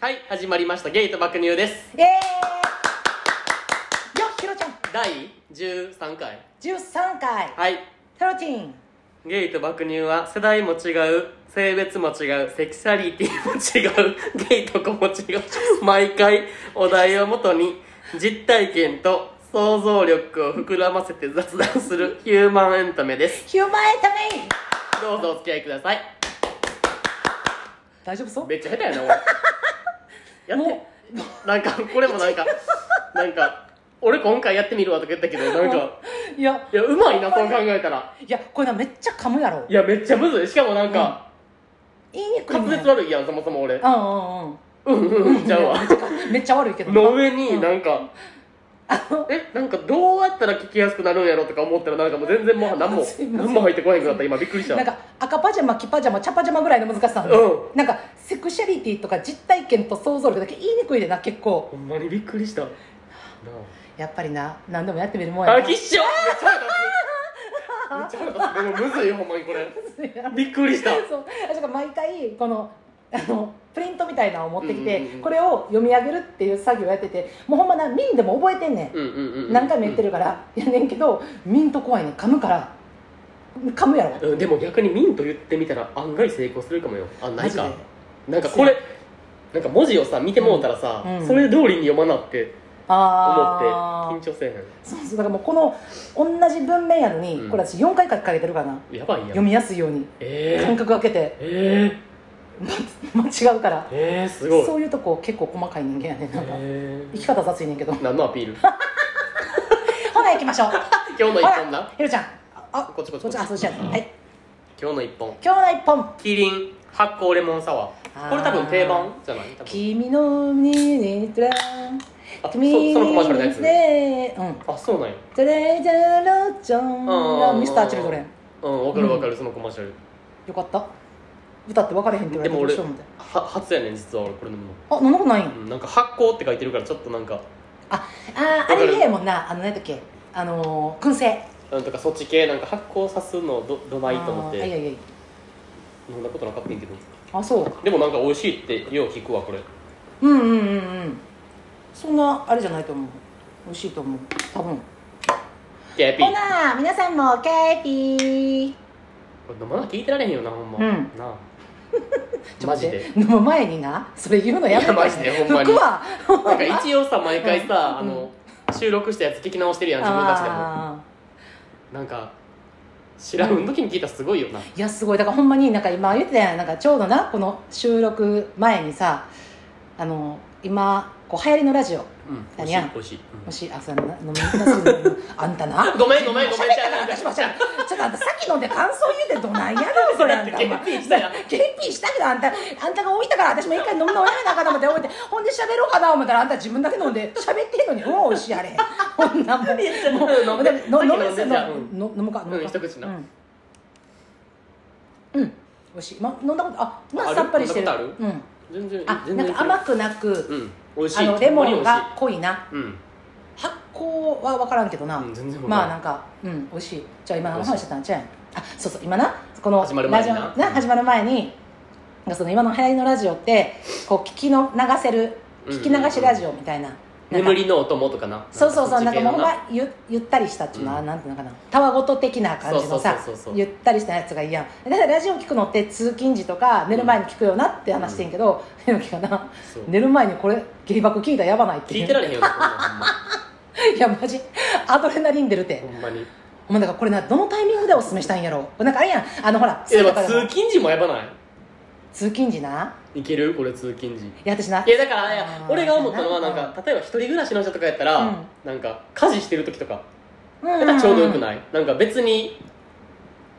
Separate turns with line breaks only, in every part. はい始まりましたゲート爆乳です
イエーイよひろちゃん
第13回
13回
はい
タロチン
ゲイと爆乳は世代も違う性別も違うセクシャリティも違うゲイと子も違う毎回お題をもとに実体験と想像力を膨らませて雑談するヒューマンエンタメです
ヒューマンエンタメ
どうぞお付き合いください
大丈夫そう
めっちゃ下手やな俺やって
も
なんかこれもなんかなんか俺今回やってみるわとか言ったけどなんか
いや
いやうまいなそう考えたら
いやこれなめっちゃ噛むやろ
いやめっちゃむずいしかもなんか、
言いにくいね
滑舌悪いやんそもそも俺
うんうんうん
うんうんうんちゃうわ
めっちゃ悪いけ ど
の上になんんか、えなんかどうやったら聞きやすくなるんやろとか思ったらなんかもう全然もう何も
すいません
何も入ってこないくなった今びっくりした
なんか赤パジャマ黄パジャマ茶パジャマぐらいの難しさなの
うん
なんかセクシャリティとか実体験と想像力だけ言いにくいでな結構
ほんまにびっくりしたな
やっぱりな何でもやってみるもん
あ
や
あ
な
きっしょめっちゃ腹立つめっちゃ腹立つでもむずいよほんまにこれ びっくりした
そうあしかも毎回このあのプリントみたいなのを持ってきて、
うんうんうん
これを読み上げるっていう作業やっててもうほんまな見んでも覚えてんねん、
うんうんうんうん
何回も言ってるから、やねんけど見んと怖いねん噛むから噛むやろ
うんでも逆にミンと言ってみたら案外成功するかもよあな
マ
い
ジで
かなんかこれ
そ
なんか文字をさ見てもうたらさ、
うんうん
それ通りに読まなって思って
あ
緊
あ
張せえ
そうそうだからもうこの同じ文面やのに、
うん
これ私4回書きかけてるからな
へんやばいや
読
ん
みやすいように
え
間
ー、
隔空けて
え
間違うから
ー、えー、すごい
そういうとこ結構細かい人間やねんなんか
え
生き方雑いねんけど
ー、何のアピール
ほな行きましょう
今日の
ほ
一本
ら
な
ひろちゃんあ
こっちこっち
こっちあそっちやねはい
今日の一本
今日の一本
キリン発酵レモンサワ
あ
ー
ー
これ多分定番じゃない多分
君の耳にトラン
あそそのコマーシャルのやつ、
でうん
あそうなんや
トレジャーロちゃん
うん
がミスターチルドレン
うんわかるわかる、そのコマーシャル
よかった歌って分かれへんって言わ
で
れて
も俺
どうしよう思
は初やねん実は俺これ飲むの
ってあ飲んだことないん
うんなんか発酵って書いてるからちょっとなんか
あー
か
あ
る
れへんもんなあの何だっけあのー燻製
なんとかそっち系なんか発酵さすのどどないと思っ
あーいや
て
いやいや
飲んだことなかったんやけど
あそう
でもなんか美味しいってよう聞くわこれ
うんうんうんうんそんなあれじゃないと思う美味しいと思う多分
ケーピ
ほ
ー
な皆さんもケーピー
これ飲まな聞いてられへんよなほんま、
うん
なあ マ
ちょっと待
ジ
って
で
飲む前になそれ言うのやめて
いやマジでほんまに
服は
なんか一応さ毎回さ、
うん
あの収録したやつ聞き直してるやん自分たちでも
あ
なんか知らん時に聞いたらすごいよな、
ーいやすごいだからほんまになんか今言ってたやんなんかちょうどなこの収録前にさあの今こう流行りのラジオ
うん、美味し
何
い
や
美味しい、うん
もしあそうやな飲みますよね あんたな
ごめんごめんごめん
喋ったから私もちゃうちょっとあんたさっき飲んで感想言うてどないやろ
それ
あんた
って
お前
ゲッピーしたやん
ゲッピーしたけどあんたあんたが置いたから私も一回飲むのやめなあかんと思って思って ほんで喋ろうかな思ったらあんた自分だけ飲んで喋ってんのにうん美味しいあれこんなもん
めっちゃ飲む
もうでも
飲む
飲む
飲んでじゃあうん
の飲むか飲むか
うん一口な
うんうん美味しいま飲んだことあま
あ
あ
る
さっぱりして
飲ん
る
だこと
うん
全然
あ
全
な
然
ん
い
か
ける
甘くなく
うん美味しい
あのレモンが
ほ
濃いなん
まに美味しいうん
発酵は分からんけどな、
うん全然わからん
まあなんかうん美味しいじゃあ今の話してたんちゃうやんあそうそう今なこの
始まる前にな
ラジオ始まる前になんかその今の流行りのラジオってこう聞きの流せる
うんうん
聞き流しラジオみたいな,、なんか
眠りのお供とかな
そうそうそう
な
なんん
か
か
そ
も
っ
う
ち系のな
ほんまゆゆったりしたっていうのは、
うん
なんていうのかなたわごと的な感じのさ
そうそうそうそうそう
ゆったりしたやつがいいやんだからラジオ聞くのって通勤時とか寝る前に聞くよなって話してんけど、ひろきがな
そう
寝る前にこれ芸爆聞いたらやばないって
聞
言
いうてられへんよなこんなんほんま
いやマジアドレナリン出るて
ほんまに
お前だからこれなどのタイミングでおすすめしたいんやろなんかあれやんあのほら
いやでも
スーパー
通
の
勤時もやばな
通勤時ない
いけるこれ通勤時
いや私ない
やだからいや
あー
俺が思ったのはなん
う
か例えば一人暮らしの人とかやったら、
うん
なんか家事してる時とか
うん
やったらちょうどよくない、なんか別に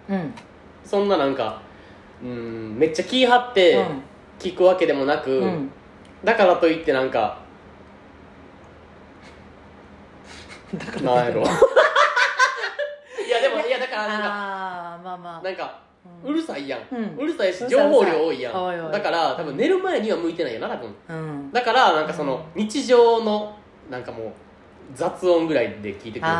うん
そんななんかうんめっちゃ気張って聞くわけでもなく、
うん、うん、
だからといってなんか
だから
なん やろいやでもいやだからなんか
あーまあまあ
なんか
う
うるさいやん、
うん
うるさいし
うるさい
情報量多いやん
うるさいおいおい
だから多分寝る前には向いてないよな多分
ん、うん、
だからなんかその日常のなんかもう雑音ぐらいで聞いてくれたら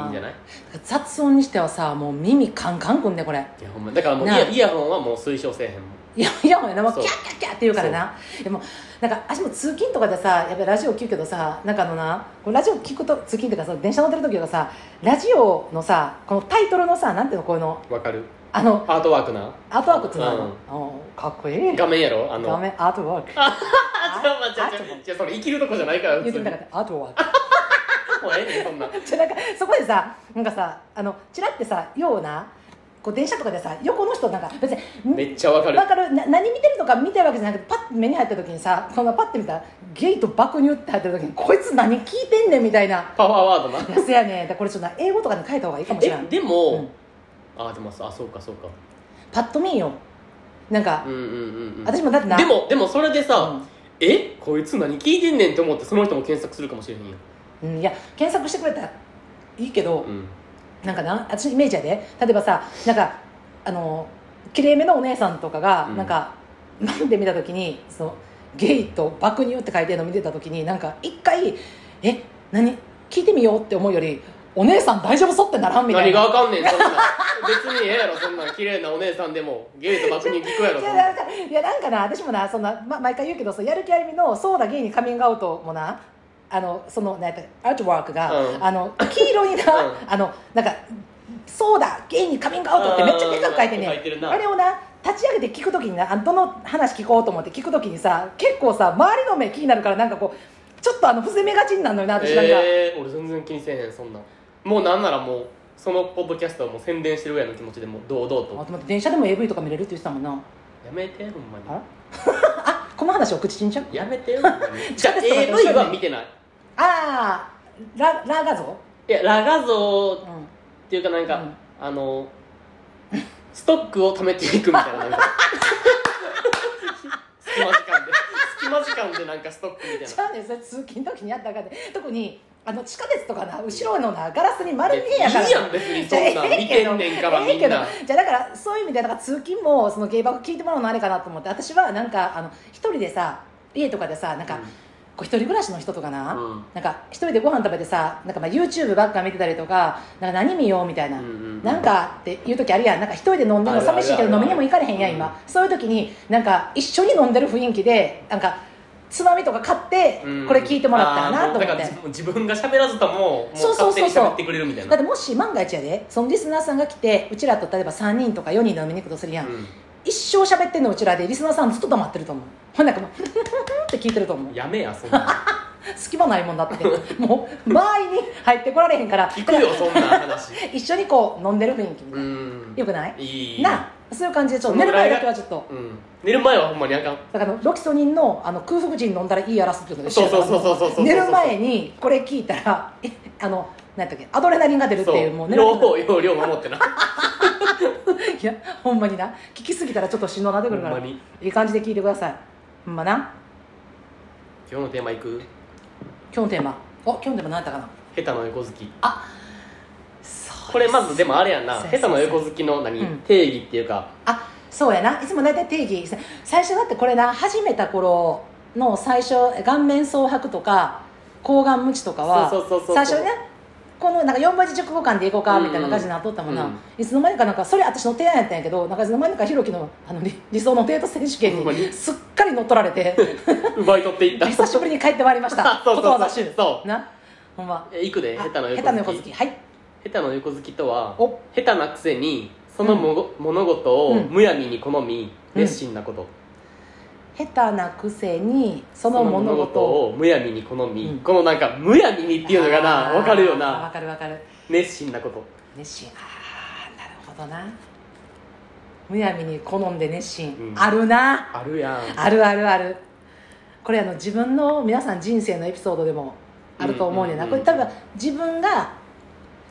あー
いいんじゃない
雑音にしてはさもう耳カンカンくんねこれ
いやほんまだからもうイ
なあ
ヤイヤホンはもう推奨せえへんもん
いやいやもうな、もう
そ
キ
う
ャッキャッキャッって言うからなでもなんか私も通勤とかでさやっぱりラジオ聞くけどさなんかあのなこうラジオ聞くと通勤とかさ電車乗ってる時とかさラジオのさこのタイトルのさなんていうのこういうの
わかる
あの
アートワークな
アートワークっつうの、
うん
うんかっこいい
画面やろあの
画面アートワーク
あちょっと待ってちょっと待ってちょっと待ってそれ生きるとこじゃないから
言
普通
ってみ
にも
たか
う
ったアートワーク
ええねんそんなん
じゃなんかそこでさなんかさあのチラってさようなこう電車とかでさ横の人なんか別に
めっちゃわかる
わかるな何見てるとか見てるわけじゃなくてパッと目に入った時にさこのパッて見たらゲイと爆乳って入ってる時にこいつ何聞いてんねんみたいな
パワーワードな
やつやねんだからこれちょっとな英語とかに変えた方がいいかもしれない
えで
う
も
ん
あでもそうあそうかそうか
パッと見よなんか、
うんうんうんうん
私もだってな
でもでもそれで
う
さ
ん
えこいつ何聞いてんねんと思ってその人も検索するかもしれへんよ
うん、いや検索してくれたらいいけど、
うん
なんかな私のイメージやで例えばさなんかあの綺麗めのお姉さんとかが、
うん
なんか前で見た時にそのゲイと爆乳って書いてるの見てた時になんか一回え何聞いてみようって思うよりお姉さん大丈夫そうってならんみた
何
い
が
な。
わかんねんそんなん別にええやろそんなん綺麗なお姉さんでもゲイと爆乳聞くやろ
い
そ
や
んな
なんんかいやなんかな私もなそんな、ま、毎回言うけどそうやる気ありみのそうだゲイにカミングアウトもなあのそのなんやったっけアウトワークが、
うん
あの黄色にな、
うん
あのなんかそうだゲイにカミングアウトってめっちゃでかく書いてんね
うん書いてる
ん
な
あれをな立ち上げて聞くときになあどの話聞こうと思って聞くときにさ結構さ周りの目気になるからなんかこうちょっとあの伏せ目がちになるのよな私なんか、
えー、俺全然気にせえへんそんなんもうなんならもうそのポッドキャストはもう宣伝してるぐらいの気持ちでもう堂々
あ
と
待って電車でも AV とか見れるって言ってたもんな
やめてほんまに
あらあこの話お口ちんちゃう
やめてよほんまにじゃあ
ちょっと待って
AV は見てない
ああララガゾ、
いやラガ像
う
っ
ん
ていうかなんか、
うん
あのストックを貯めていくみたいな なんか隙間時間で隙間時間でなんかストックみたい
じ
な
ゃあねそれ通勤の時にやったらあかんで特にあの地下鉄とかな後ろのなガラスに丸見えやから
いいやん別にそんなん見てんねんからみんな
ええけどじゃあだからそういう意味でなんか通勤もその芸爆聞いてもらうのあれかなと思って私はなんかあの一人でさ家とかでさなんか、こう一人暮らしの人とかな、
うん
なんか一人でご飯食べてさなんかまあ YouTube ばっか見てたりとかなんか何見ようみたいな、
うんうんうん
なんかっていう時あるやんなんか一人で飲んで
あるあ
も
る
寂しいけ
ある
ど飲みにも行かれへんやん
うん
今、そういう時になんか一緒に飲んでる雰囲気でなんかつまみとか買って
うん
これ聞いてもらったら
あ
な
ー
と思
だ
っ
か
て、
ら自自分が喋らずとももう
そうそうそうそう
勝手に喋ってくれるみたい
だ
な
ってもし万が一やでそのリスナーさんが来てうちらと例えば3人とか4人で飲みに行くとするやん、
う
一生喋ってんのうちらでリスナーさんずっと黙ってると思うほんなんかもう って聞いてると思うん
やめやそんな
隙間ないもんだってもう周りに入ってこられへんから
聞く よそんな話
一緒にこう飲んでる雰囲気みた
う
いな、
ん
よくない
いい
なあそういう感じでちょっと
そ
寝
のぐ
る
ら
前
いが
だけはちょっと
うん寝る前はほんまにあかん
だからあのロキソニンのあの空腹時に飲んだらいいやらすっていうのと一
そ
緒
う
やか
そう
ら
そうそうそうそう
寝る前にこれ聞いたらえあの何やったっけアドレナリンが出るっ て
そ
いう
う
もう寝る
両方要領守ってな
いやほんまにな聞きすぎたらちょっとしんどなってくるから
ほんまに
いい感じで聞いてくださいほんまな
今日のテーマいく
今日のテーマお今日のテーマ何やったかな
下手の横好き
そう
これまずでもあれやんな
そう
下手
そうそう
の横好きの何、
うん
定義っていうか
あそうやないつも大体定義さ最初だってこれな始めた頃の最初顔面蒼白とか抗顔無知とかは
そうそうそうそう
最初ねこのなんか4文字熟語間でいこうかみたいな感じになっとったもんな、
うん
いつの間にかなんかそれ私の提案やったんやけどなんかいつの間にかひろきのあの理理想のデート選手権
ほんまに
にすっかり乗っ取られて
奪い取っていった
久しぶりに帰ってまいりました
そうそうそう
ことわざ集
そう
なほんま
えいくで
あ
下手の横
下手の
好
横
き
好きはい
下手の横好きとは
お
下手なくせにそのもご、物事を
うん
むやみに好み、
うん
熱心なこと、
下手なくせに
そ
そ
の
の
物
物
事
事を
をむやみに好み、
うん
このなんかむやみにっていうのがな
あー
わかるよ
わ
な
かるわかる
熱心なこと
熱心ああなるほどなむやみに好んで熱心、
うん
あるな
あるやん
あるあるあるこれあの自分の皆さん人生のエピソードでもあると思うねんな、
うんうんうん
これ多分自分が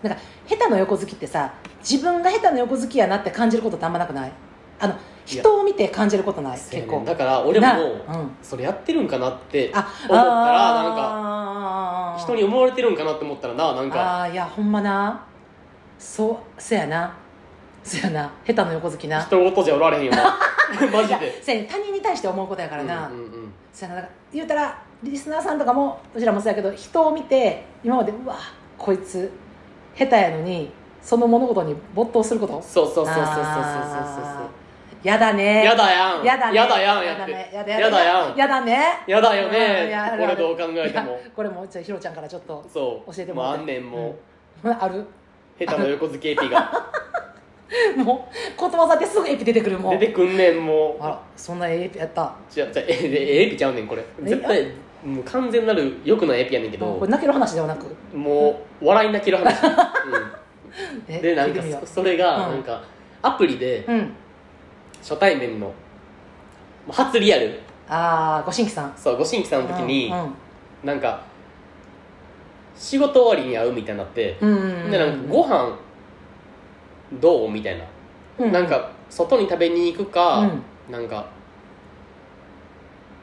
なんか下手の横好きってさ自分が下手の横好きやなって感じることたまなくないあの
いや
人を見て感じることない
せや
結
ねん
構
だから俺も
なうん
それやってるんかなって
あ
思ったらなんか
か
人に思われてるんかなって思ったらななんか
ああーいやほんまなそうそやなそやな下手の横好きな
人事じゃ おられへんよな マジ
いや
で
そやね他人に対して思うことやからな、
うんうんうん
そやなだから言うたらリスナーさんとかもうちらもそうやけど人を見て今までうわこいつ下手やのにその物事に没頭すること
そうそうそうそうそうそうそう
あーやだね
やだやん
やだね
やだやん
や
や
だ
って
ね
や
や
だ
だ
やん
ややだね
やだよ
うんや
ねこ
だ
れどう考えても
いやこれもじゃあひろちゃんからちょっと
そう
教えても
もう
ら
あ
って
んねんも
うん ある
う下手の横付けエピ が
もうことわざってすぐエピ出てくるも
出
ん
てくんねんも
あ
う
らそんなエピやった
じゃじゃええエピちゃうねんこれ絶対もう完全なる良くないエピやねんけ
こ
ど
れ泣ける話ではなく
もう笑い泣きの 話うん
え
でな
聞
ん
いてみよ
かそれが
うん
なんかアプリで
ううん
初対面のもう初リアル
ああご新規さん
そうご新規さんの時に
うん
なんか仕事終わりに会うみたいになって
うんうんうん
でなんかご飯どうみたいな、
うん
なんか外に食べに行く
う
か、
ん
なんか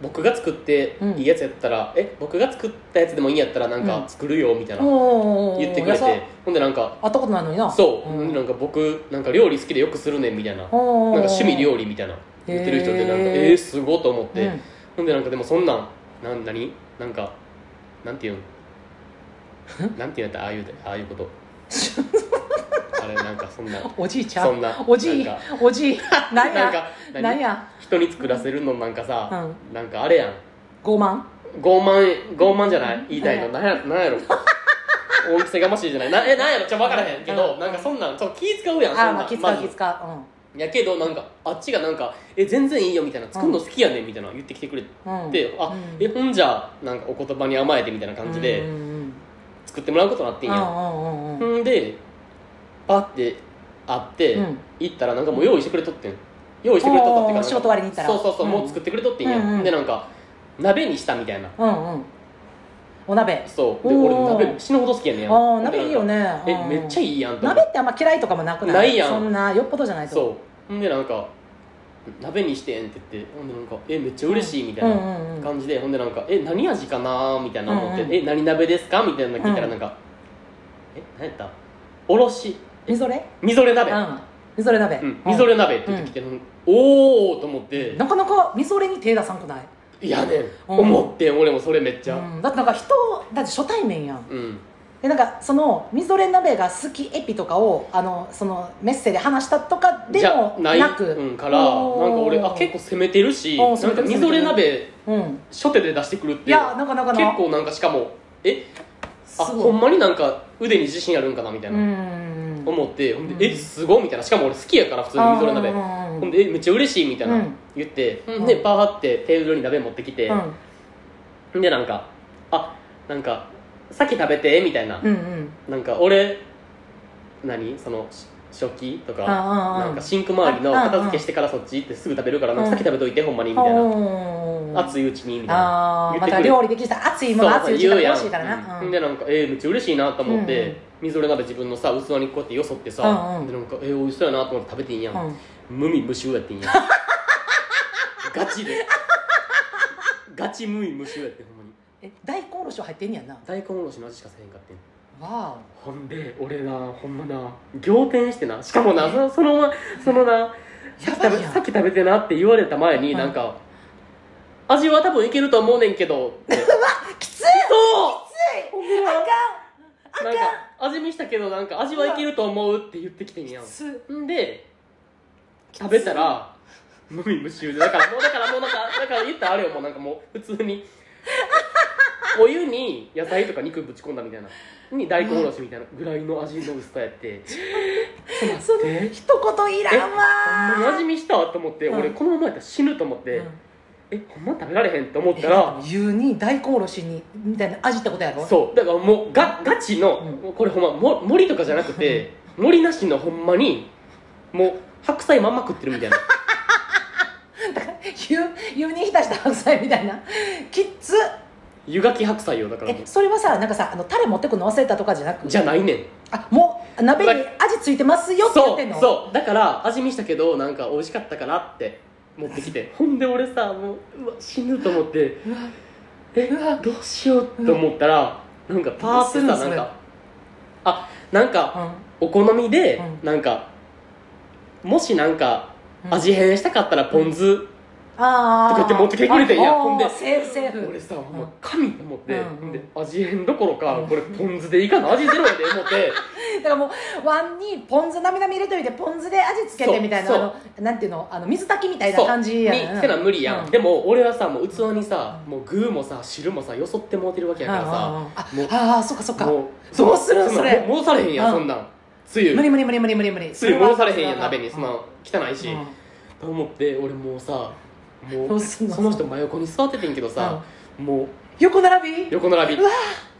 僕が作っていいやつやったら、え僕が作ったやつでもいいんやったらなんか
うん
作るよみたいな、
おー
言ってくれて
やさ
ほんでなんか
会ったことないのにな
そう、
ん
なんか僕なんか料理好きでよくするねんみたいななんか
おー
趣味料理みたいな言ってる人ってなんか
へー
えー、すごいと思って、
うん
ほんでなんかでもそんなんなん何なんかなんていうん なんていうんやったらああいうああいうことあれなんかそんな
おじいちゃん
そんな
おじい
なんか
おじいなん
なん
や
か何
なんや
人に作らせるのなんかさ、なんかあれやん
傲慢
傲慢傲慢じゃない言いたいの
うん
なんやなん やろ大きせがましいじゃないなえなんやろちょ分からへんけど、
うん
なんかそんなんちょっと気使うやんそん
あ
な
ー
ん
まあ気
ま
遣う気
ず
遣う
やけどなんかあっちがなんか「え全然いいよ」みたいな「作るの好きやねん」みたいな言ってきてくれて、
うんうん
あ、
うん
えほんじゃなんかお言葉に甘えてみたいな感じで、
うんうんうん
作ってもらうことになってんやん
うんうんうん
ほんでパッて会って、
うん
行ったらなんかもう用意してくれとってん用意してくれとったっていう
おー
かなんか
仕事終わりに行ったら
そうそうそう、
うん
もう作ってくれとってんや、
うんうん
でなんか鍋にしたみたいな
うんうんお鍋
そうで
おー
俺鍋死ぬほど好きやねんや
あー鍋いいよね
でなんかえめっちゃ
い
い
い
いやんと思って
鍋ってあんま嫌いとかもなくない
ないやん
そんなよっぽどじゃないと
そうほんでなんか鍋にしてんって言ってほんでなんかえめっちゃ嬉しいみたい
んう
なん
うん
感じで、ほんでなんかえ何味かなーみたいな思って、
うんうん
え何鍋ですかみたいなの聞いたら
うん
なんか、え何やったおろし
みぞれ
みぞれ鍋、
うんみぞれ鍋
うん、みぞれ鍋って言ってきて、おおと思って、
なかなかみぞれに手出さんくない
いやねん、思ってん俺もそれめっちゃ
うんだってなんか人だって初対面やん
うん、
でなんかそのみぞれ鍋が好きエピとかをあのそのメッセで話したとかで
じゃ
も
ない
なく
うん、からなんか俺あ結構攻めてるし
お
な
ー攻
ん
め
か
てる
みぞれ鍋
構うん
初手で出してくるって
いやなかなかな
結構なんかしかもえ
す
あ
ご
ほ
い
んまになんか腕に自信あるんかなみたいな、
うん
思ってほんで、
うん
えすごいみたいなしかも俺好きやから普通にみぞれ鍋
うんうんうん
ほんでえめっちゃ嬉しいみたいな、
うん
言って、
うん
でパーってテーブルに鍋持ってきて、
うん
でなんかあなんかさっき食べてみたいな、
うんうん
なんか俺何そのし食器とか
ああああ
なんかシンク周りの
あああ
片付けしてからそっち行ってすぐ食べるからなんか
うん
先食べといてほんまにみたいな
な
熱いうちにみたいな
あー
言っ
ま
てく
た
る
料理できた熱いもの熱いうち
言
が
うや
欲しいからな、
ん
う
うん
ん
でなんかえーめっちゃ嬉しいなと思っ
うんう
て
ん
みぞれ鍋自分のさ器にこうやってよそってさ
うんうん
でなんかえー美味しそうやなと思って食べていいや
うん
ん無味無臭やっていいやんガチでガチ無味無臭やってほんまに
え大根おろしは入ってんねやんなわ
大根おろしの味しかせへんかってん
あ
ほんで俺なほんまな仰天してなしかもなそそのまそのなさっき食
やばい
べ
やん
さっき食べてなって言われた前に、
うん
なんか味は多分いけると思うねんけどって
きつ
そう
いきついあ
なんか味見したけどなんか味はいけると思うって言ってきてんや
かん
ん
す
んで食べたら無味無臭でだからもうだからもうなんかだから言ったらあれよもうなんかもう普通にお湯に野菜とか肉ぶち込んだみたいなに大根おろしみたいなぐらいの味の薄さやって
その
え
一言い
え
らんわ
ほんまに味見したと思って、
うん
俺このままやったら死ぬと思って、
うん
えほんま食べられへんと思ったら、
湯に大根おろしにみたいな味ってことやろ
そうだからもうガガチの、
うん
もうこれほんまも森とかじゃなく て森なしのほんまにもう白菜まんま食ってるみ たいな
だから湯湯に浸した白菜みたいなきっつ
湯がき白菜よだからも
え
う
それはさなんかさあのタレ持ってくの忘れたとかじゃなく
じゃないねん
あもう鍋に味ついてますよって言ってん
そ
の
うそうだから味見したけどなんか美味しかったからって持ってき てほんで俺さもううわ死ぬと思って
うわ
え
うわ
どうしようと思ったら、なんかパーってさ
ど
な
うする
ん
の
かあなんか、
うん
お好みで、
う
なんかもしなんか
うん
味変したかったらポン酢
ああ
とか言って持ってきてくれてんや
あ
ほんで
おーセーフセーフ
俺さ、もう神と思って、
うん
で味変どころか、これポン酢でいいかな味ゼロやで思って
だからもうワンにポン酢なみなみ入れといてポン酢で味つけてみたいな
そう
あのなんていうのあの水 炊きみたいな
そう
感じや
にせな無理やん、
うん
でも俺はさもう器にさもう具もさ汁もさよそってもうてるわけやから
うんうん
さ
うんあ
もう
あーそっかそっか
もう
どうするん
んな
それ
もう戻されへんやん
うん
そんなんつゆ
無理無理無理無理無理無理
つゆ戻されへんやん鍋に
そ
そん
れ
な
は
ん汚いし、
うん
と思って俺もうさもう
どうすんの
その人真横に座っててんけどさ、も
横並
う
び
横並
うわ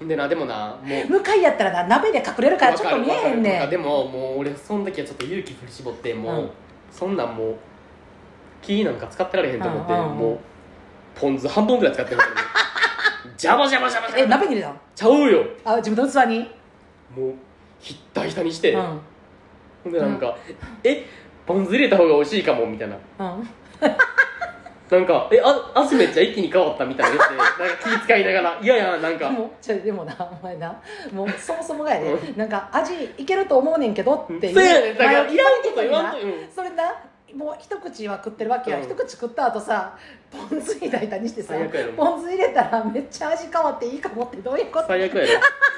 びでなでもなもう
向かいやったらな鍋で隠れるからちょっと見えへん
わかるわかるわか
ね
るでももう俺その時はちょっと勇気振り絞ってもう、
うん
そんなんもう木なんか使ってられへんと思って、
うんうんうん
もうポン酢半分ぐらい使ってるのに ジャバジャバジャバジ
え
ャバ
鍋に入れたの
ちゃうよ
あ自分の器に
もうひったひたにして、
うん
ほんでなんか「えポン酢入れた方が美味しいかも」みたいな
うん
なんか「えあ味めっちゃ一気に変わった」みたいな言って なんか気遣いながら「いやいやなんか
もうちょでもなお前なもうそもそもがやで、なんか味いけると思うねんけどっていう
そうやねんだから
前置き
いらんこと言わんとうん
それなもう一口は食ってるわけや、
うん
一口食った後さポン酢に大胆にしてさ
最悪やろ
ポン酢入れたらめっちゃ味変わっていいかもってどういうこと
最悪や ろ」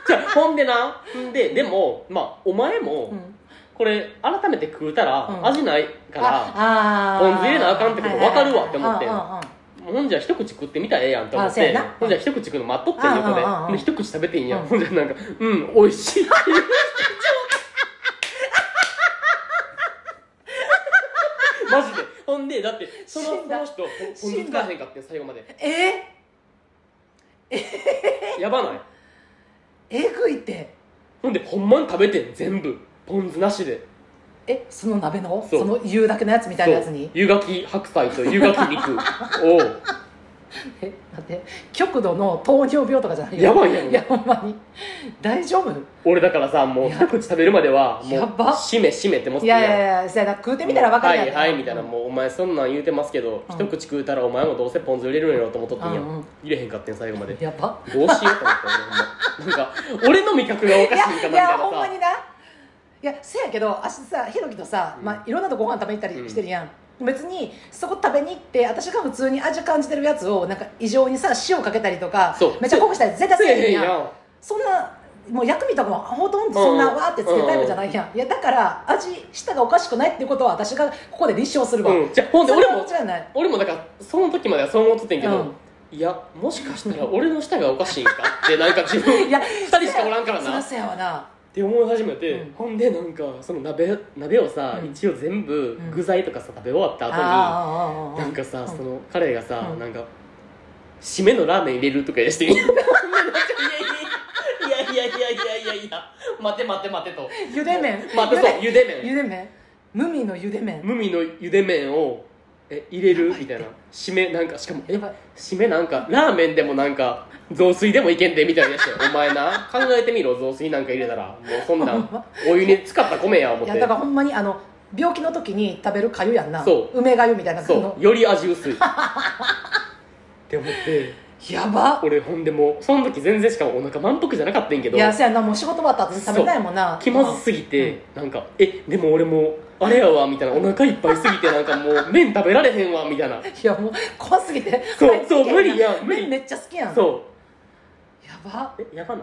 じゃあほんでなほんででもまあお前も、
うん
これ改めて食うた
うん
ら味ないから、
ああ
ポン酢入れなあかんってこと分かるわって思って
はいはいはい
ほんじゃ一口食ってみたらええやんと思っ
あそうや
て
な
ほんじゃ一口食うの待っとってん横で
うんうんうんうん
で一口食べていいんや、
うん
ほんじゃなんか「うん美味 しい」って言うマジでほんでだってその
死
そ
んだ
の人ポン酢使わへんかってん最後まで
うんうんえ
やばない
えぐいって
ほんでほんまに食べてん全部ポン酢なしで
えその鍋の
そう
その言うだけのやつみたいなやつに
そう湯がき白菜と湯がき肉を
え待って極度の糖尿病とかじゃない
やばいやん
いやほんまに大丈夫
俺だからさもう
や
一口食べるまではも
やば
うしめしめって思っ
い
てた
や
や
い
ん
やいやそうやな食うてみたら分かるやん
はいはいみたいなもうお前そんなん言うてますけど、
うん
一口食うたらお前もどうせポン酢入れるんやろと思っとってんや、
うんうん
入れへんかってん最後までど
やば
うしようと思ったんやなんか俺の味覚がお
い
かしいん
や
かな
い
みた
や
いな
ほんま
さ
にないやせやけど明日さひろきとさ、
うん
まあ、いろんなとこご飯食べに行ったりしてるやん、別にそこ食べに行って私が普通に味感じてるやつをなんか異常にさ塩かけたりとか
そう
めっちゃ濃くしたり絶対せ
せ
えへ
えへ
ん
ん
やん
やん
そんなもう薬味とかもほとんどそんな
うん
わーってつけるタイプじゃないやん、いやだから味舌がおかしくないっていうことは私がここで立証するわ、
うんじゃあほんで
それ
俺
は
も
間違いない
俺もだからその時まではそう思っとってんけど、
うん
いやもしかしたら俺の舌がおかしいんかってなんか自分
いや
二人しかおらんから
そら
な
そやわな
って思い始めて、
うん
ほんでなんかその鍋鍋をさ、
うん
一応全部
うん
具材とかさ食べ終わった後に、
あーあーあーあー
なんか
う
さ、
ん
その彼がさ、
うん
なんか締めのラーメン入れるとか言 い出してみんないやいやいやいやいやいやいや待て待て待てと
ゆで麺
待てそうゆで
ゆ
麺
で麺無味のゆで麺
無味のゆで麺をえ入れるみたいな締めなんかしかもえ
やばい
締めなんかラーメンでもなんか雑炊でもいけんでみたいなやつよ お前な考えてみろ雑炊なんか入れたらもうそん なんお湯に使った米や思っ
いやだか
て
らほんまにあの病気の時に食べるかゆやんな
そ
梅がゆみたいな
そ
の
うより味 薄いって思って
やば
俺ほんでもうその時全然しかもお腹満腹じゃなかったんやけど
いやせやなもう仕事終わった後に食べたいもんな
気まずすぎて、なんか「えでも俺もうあれやわ」みたいなお腹いっぱいすぎてなんかもう麺食べられへんわみたいない
やもう怖すぎて
そう
入ってけへん
そう無理やん無理
麺めっちゃ好きやんや
そ
ば
うえやばな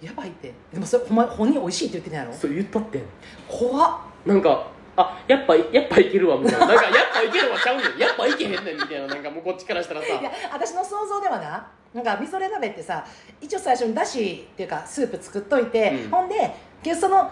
い
やばいってでもそれほんま本人美味しいって言ってんやろ
そう言っとってん
怖っ
なんか「あやっぱやっぱいけるわ」み たいな「なんかやっぱいけるわちゃうねんやっぱいけへんねん」みたいななんかもうこっちからしたらさ
いや私の想像ではななんかみそれ鍋ってさ一応最初にだしっていうかスープ作っといて、
うん
ほんで結局そのん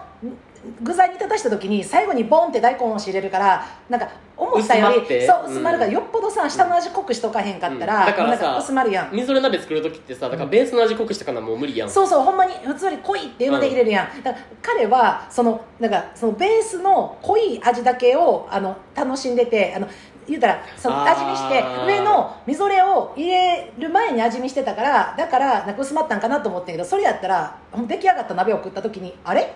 具材に立たした時に最後にボンって大根を仕入れるからなんか思ったよ
薄ま
り
って
そう
うん
薄まるから、よっぽどさ下の味濃くしとかへんかったら,、
うんだからさ
なんか薄まるやん
みそれ鍋作る時ってさだからベースの味濃くしたからもう無理やん
そうそうほんまに普通より濃いっていうので入れるやん、だから彼はそのなんかそのベースの濃い味だけをあの楽しんでてあの言うたらその
あー
味見して上のみぞれを入れる前に味見してたからだからなんか薄まったんかなと思ったけどそれやったらほん出来上がった鍋を食った時にあれ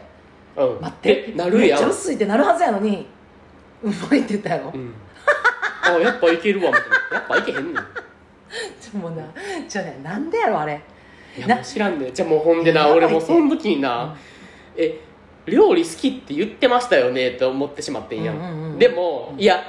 うん
待って
えなるや
めっちゃ
ん
薄いってなるはずやのにうまいって言ったやろ
う、んあやっぱいけるわみたいなやっぱいけへんねん
もうなじゃあねなんでやろあれ
いや
な
もう知らんねじゃあもうほんで
や
な
ばいって
俺もその時にな、
うん
え料理好きって言ってましたよねと思ってしまってんや、
うんうんうん
でも、
うん
いや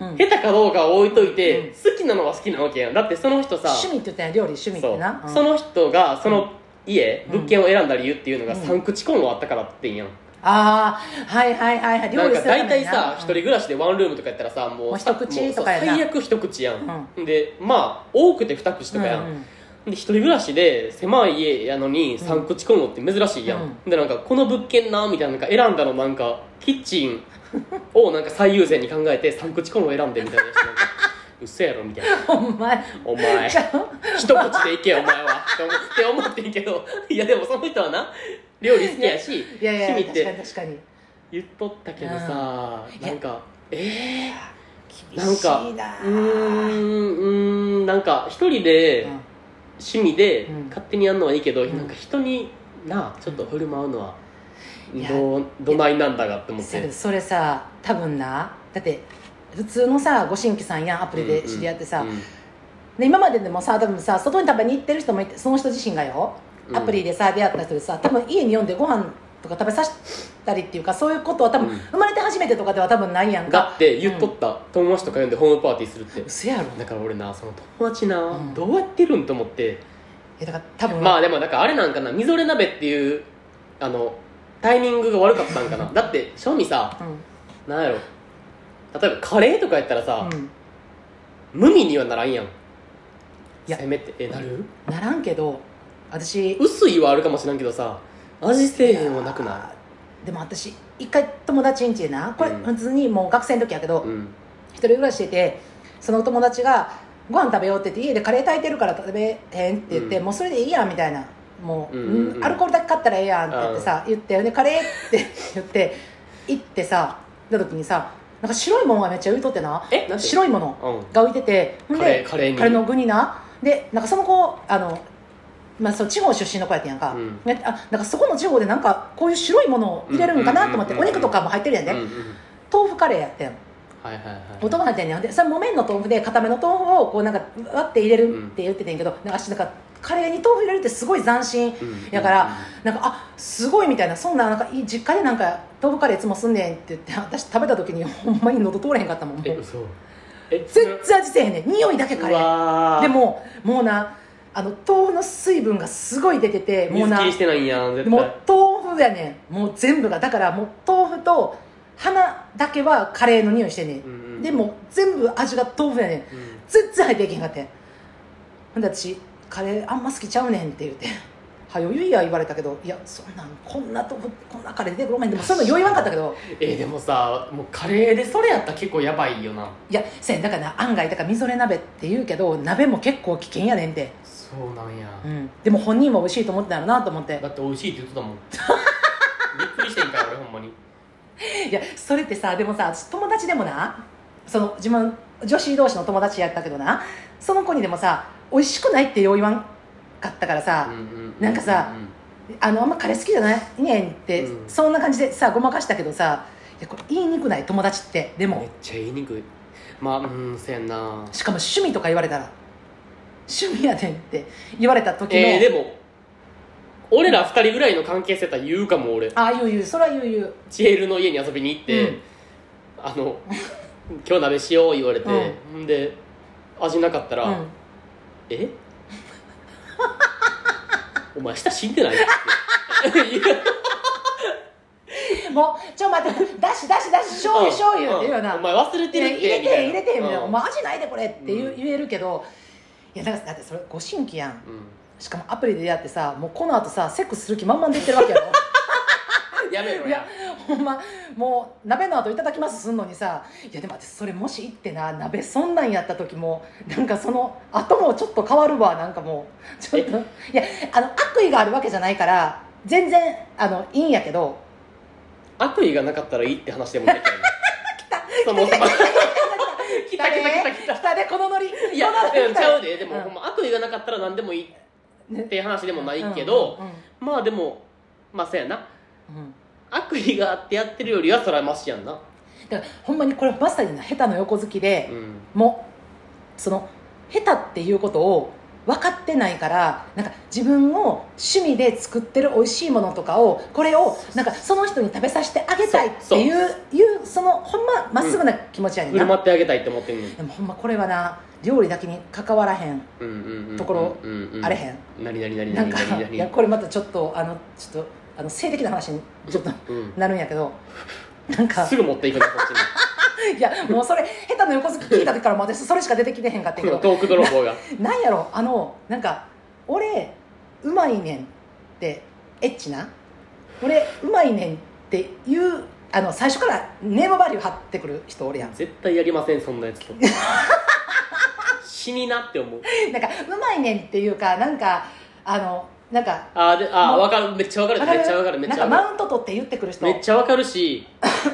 うん
下手かどうかは置いといて、
うん
好きなのは好きなわけやんだってその人さ
趣味って言ったんや料理趣味っ
そ
て
う
な
そ
うん
の人がその家、
うん
物件を選んだ理由っていうのが
うん
3口コンロあったからって言うんやん、
ああはいはいはいはい
なんか
するため
大
に
体さ
う
一
ん
人暮らしでワンルームとかやったらさも
もう
う
一
もう
口
さ
とかやな
最悪一口やん、でまあ多くて二口とかやん、
うんうん
で一人暮らしで狭い家やのに
うん
3口コンロって珍しいやん、でなんかこの物件なみたいななんか選んだのなんかキッチンをなんか最優先に考えて3口コンロ選んでみたいなやつなん か嘘やろみたいな
お前
お前
ちゃ う
一口でいけよお前はって思って思ってんけどいやでもその人はな料理好きやし
いやいや
趣味っ
確か
て
に確かに
言っとったけどさ、
うん
なんかええ
厳しいな
ー、うーんうーんなんか一人で、
うん
趣味で
うん
勝手にやるのはいいけど、
ん
なんか人になあちょっと振る舞うのはい
や
どうどないなんだがって思っ
せやけ
て
どそれさ多分なだって普通のさご新規さんやんアプリで知り合ってさ、
うんうん
で今まででもさ多分さ外に食べに行ってる人もいてその人自身がよ
うん
アプリでさ出会った人でさ多分家に呼んでご飯とか食べさせたりっていうかそういうことは多分、
うん
生まれて初めてとかでは多分ないやん
だ
か
って言っとった、友達とか呼んでホームパーティーするって
嘘やろ
だから俺なその友達な、
うん
どうやってるんと思って、
えだから多分
まあでもなんかあれなんかなみぞれ鍋っていうあのタイミングが悪かったんかなだって正味さ
う
なんやろ例えばカレーとかやったら
ん、
さ
う、ん、
無味にはならんやん
や
せめてえなる
ならんけど私
薄いはあるかもしれんけどさ味せえへんはなくない
でも私一回友達んちでなこれ
うん
普通にもう学生の時やけど、
いうん
一人暮らししててそのお友達が「ご飯食べよう」って言って「家でカレー炊いてるから食べへん」って言って、
うん
もうそれでいいやん」みたいな「もう、
うんうんうん
うんアルコールだけ買ったらええやん」って言ってさ言って「でカレー」って 言って行ってさ行った時にさなんか白いものがめっちゃ浮いとってな
えなんて
白いもの
うん
が浮いててほん
カレ
で
ーカレーに
彼の具になでなんかその子あの、まあ、そう地方出身の子やってんやんか、
うん
ねあなんかそこの地方でなんかこういう白いものを入れるんかなと思って、
うんうんうんうん
お肉とかも入ってるやんね、
うんうん
豆腐カレーやってん
はいはいはい
お豆腐入ってんねんでそれ木綿の豆腐で固めの豆腐をこうなんか割って入れるって言っててんけど、なんか私なんかカレーに豆腐入れるってすごい斬新
うん
やから、
うん
なんかあすごいみたいなそんななんかいい実家でなんか豆腐カレーいつもすんねんって言って私食べた時にほんまに喉通れへんかったもんもう
え嘘え
全然味せえへんねん匂いだけカレ
う
ー
わー
でももうなあの豆腐の水分がすごい出ててもう
水
な
切りしてないんやん絶
も
対
う豆腐やねんもう全部がだからもう豆腐と花だけはカレーの匂いしてんねん、
うんうん
でも全部味が豆腐やねん
うん
全然入っていけへんかってんほんで私カレーあんま好きちゃうねんって言うて「はよ言いや」言われたけど「いやそんなんこんなとここんなカレー出てくるまいでもそんなよう言わんかったけど
えでもさもうカレーでそれやったら結構やばいよない
やせやねんだからな案外だからみぞれ鍋って言うけど鍋も結構危険やねんって、
そうなんや
うん、でも本人も美味しいと思ってたのなと思って
だって美味しいって言って たもんびっくりしてんから俺ほんまに
いやそれってさでもさ私友達でもなその自分女子同士の友達やったけどなその子にでもさ美味しくないってよう言わんかったからさ、
うんうん
なんかさ
うん
あのあんまカレー好きじゃないねんって、
うん
そんな感じでさごまかしたけどさいやこれ言いにくない友達ってで
うんめ
も
っちゃ言いにくいまあうんせやんな
しかも趣味とか言われたら趣味やねんって言われた時の、
えーでも俺ら二人ぐらいの関係性やったら言うかも俺
ああ言う言うそれは言う言う
チエルの家に遊びに行って、
うん
あの今日鍋しよう言われて、ん、で味なかったら、
うん
え お前舌死んでないって 言う
もうちょ待ってだしだしだし醤油醤油って言うよな、
んお前忘れてるって
入れてへん入れてへんみたいな、
う
お
ん
前味ないでこれって言,、う
うん
言えるけどいやだからだってそれご新規やん
う
しかもアプリで出会ってさもうこの後さセックスする気満々で言ってるわけ やろ
んやめろ
いや
や
ほんまもう鍋の後いただきますすんのにさいやでも私それもし行ってな鍋そんなんやった時もなんかその後もちょっと変わるわなんかもうちょっといやあの悪意があるわけじゃないから全然あのいいんやけど
悪意がなかったらいいって話でもで きないそもそも来た来た来た来た
下でこのノリ
いや
このノリ
うんちゃうででも、
うん
ほんま悪意がなかったら何でもいい
ね
っていう話でもないけど、
うんうん
まあでもまあそうやな
うんうん
悪意があってやってるよりはそれはマシやんな
だからほんまにこれまさにな下手の横好きで
う、ん
もうその下手っていうことを分かってないからなんか自分を趣味で作ってる美味しいものとかをこれをなんかその人に食べさせてあげたいっていういうそのほんままっすぐな気持ちやねん
振
な、
る舞ってあげたいって思ってんねん
でもほんまこれはな料理だけに関わらへん
うんうんうん
ところ
うんうん
あれへん
何何何
なん
何
か
何
いや
何
これまたちょっとあのちょっとあの性的な話にちょっと
うん
なるんやけどなんか
すぐ持っていくのこっ
いやもうそれ下手な横好き聞いた時からもう私それしか出てきてへんかった
ち
け
に
ど
トーク泥棒が
なんやろあのなんか「俺うまいねん」ってエッチな「俺うまいねん」っていうあの最初からネームバリュー張ってくる人おるやん
絶対やりませんそんなやつ と死になって思う
なんか「うまいねん」っていうかなんかあのなんか
あーであ
も
ー
う
わかるめっちゃわかるめっちゃわかるめっちゃ
なん
わ
か
か
マウント取って言ってくる人
るめっちゃわかるし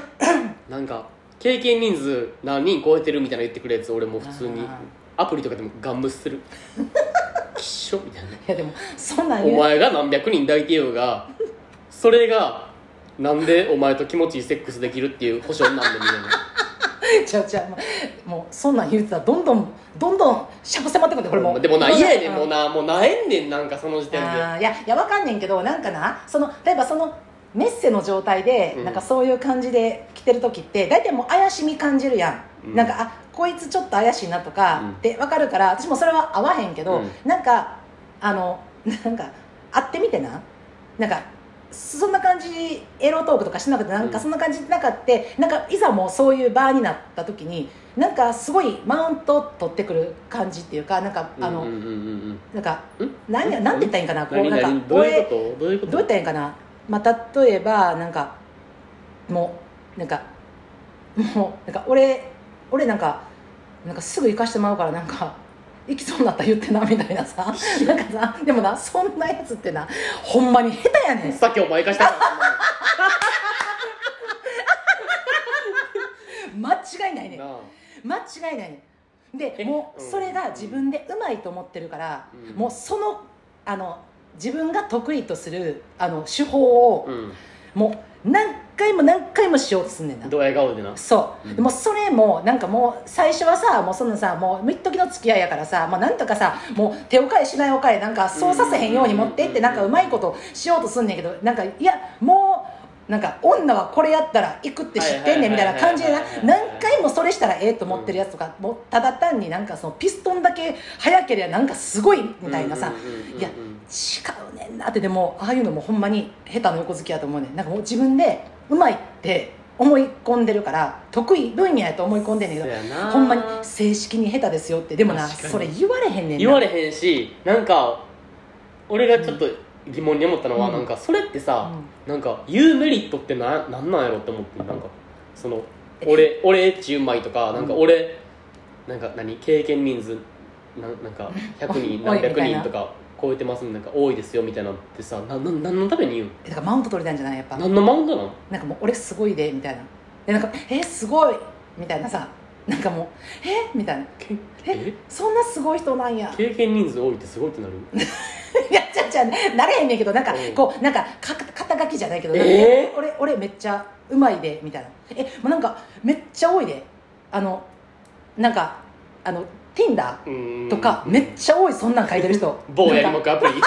なんか経験人数何人超えてるみたいな言ってくるやつ俺もう普通に
あ
アプリとかでもガン無視す るきっしょみたいない
やでもそんなん
お
言う
前が何百人抱いてようがそれがなんでお前と気持ちいいセックスできるっていう保証なんでみたいな
ちゃうちゃうもうもうそんなん言うてたらどんどんどんどんしゃぶ迫ってくるこれもう
でもな
どんどん
嫌やねんもうなもうなえんねんなんかその時点で
あーいやいやわかんねんけどなんかなその例えばそのメッセの状態で、
うん
なんかそういう感じで来てる時って大体もう怪しみ感じるやん、
うん
なんかあこいつちょっと怪しいなと
うん
かってわかるから私もそれは合わへんけど、
うん
なんかあのなんか会ってみてななんかそんな感じエロトークとかしてなくてなん
う
か
ん
そんな感じなかってなんかいざもうそういう場になった時になんかすごいマウント取ってくる感じっていうかなんかあの、
うんうんうんうん
なんか
ん
何や
ん
なんて言ったらいいんかなこう
何
な
何
んか
どういう
俺
ことどういうこと
どうやったらいいんかな、まあ、例えばなんかもうなんかもうなんか俺俺なんかなんかすぐ行かしてもらうからなんか行きそうになったら言ってなみたい なさなんかさでもなそんなやつってなほんまに下手やねん
さっきお前がしたから
間違いないねん
な あ
間違いないねんで
え
もう
うん
それが自分でうまいと思ってるから、
うん
もうそのあの自分が得意とするあの手法を、
う
もう何回も何回もしようとすんねんなん
ドヤ顔でな
そう、
うん
でもそれもなんかもう最初はさもうそんなさもう一時の付き合いやからさ、まあ、なんとかさもう手を変え品を変えなんかそうさせへんように持ってって
うん
なんかうまいことしようとすんねんけどなんかいやもうなんか女はこれやったら行くって知ってんねんみたいな感じでな
はいはいはいはいはい
何回もそれしたらええと思ってるやつとか、もうただ単になんかそのピストンだけ速ければなんかすごいみたいなさ、
うんうんうんうん
いや違うねんなってでもああいうのもほんまに下手な横好きやと思うねんなんかもう自分でうまいって思い込んでるから得意分野やと思い込んでんねん
そ
け
やな
どほんまに正式に下手ですよってでもな
確かに
それ言われへんねんな
言われへんしなんか俺がちょっと疑問に思ったのは、
うん
なんかそれってさ、
うん
なんか言うメリットってななんなんやろって思ってなんかその
え
俺俺エッチうまいとかなんか
うん
俺、なんか何経験人数ななんか100人
おおい
何百
みたい
人
な
とか超えてますんでなんか多いですよみたいなのってさなな何のために言う
だからマウント取りたいんじゃないやっぱ
の何のマウントなの
なんかもう俺すごいでみたいなでなんかえすごいみたいなさなんかもうえみたいな
け
え
え
そんなすごい人なんや
経験人数多いってすごいってなる
いやちゃうちゃうなれへんねんけどなんか
うん
こうなんかか肩書きじゃないけど、なんか
えー
俺俺めっちゃうまいでみたいなえもうなんかめっちゃ多いであのなんかあの Tinder
うーん
とかめっちゃ多いそんなん書いてる 人
某やりも
なんか
くアプリ い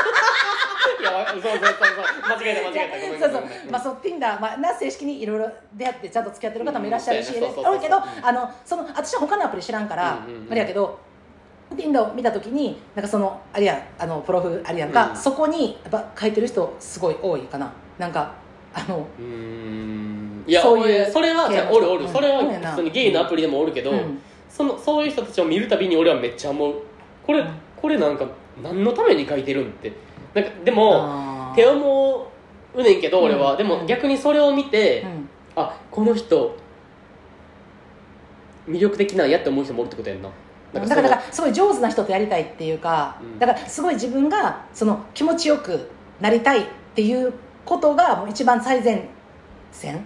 やわそうそうそうそう間違えた間違えたごめん
そう
ご
そ
めん
う
ごめん、
まあ、そう Tinder、まあ、な正式にいろいろ出会ってちゃんと付き合ってる方もいらっしゃるし、
うんうんそう
あ
やね
るけど
そうそうそう
あのその私は他のアプリ知らんから、
うんうんうん
あれやけど Tinder を見た時になんかそのあれやあのプロフあれやんか、
うん
そこにやっぱ書いてる人すごい多いかななんかあの
うーんいや
そ
そう
いう
それはじゃあおるおる、
うん
それは
そうやな
普通にゲイのアプリでもおるけど、
うん
そのそういう人たちを見るたびに俺はめっちゃ思うこれ、
うん
これなんか何のために書いてるんってなんかでも
あー
手思うねんけど俺は、
うん
でも逆にそれを見て、
うん
あこの人魅力的なんやって思う人もおるってことやんな
だ
ん
からだ
その
からすごい上手な人とやりたいっていうか、
うん
だからすごい自分がその気持ちよくなりたいっていうことがもう一番最前線だか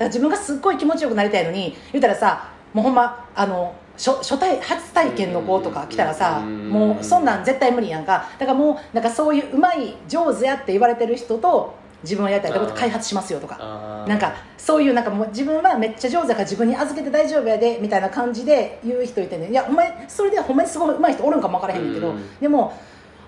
ら自分がすっごい気持ちよくなりたいのに言うたらさもうほんまあの初初体初体験の子とか来たらさ
うん
もうそんなん絶対無理やんかだからもうなんかそういううまい上手やって言われてる人と自分はやりたいこと開発しますよとか
あー
なんかそういうなんかもう自分はめっちゃ上手だから自分に預けて大丈夫やでみたいな感じで言う人いてねいやお前それでほんまにすごい上手い人おるんかも分からへんねんけど、
うん
でも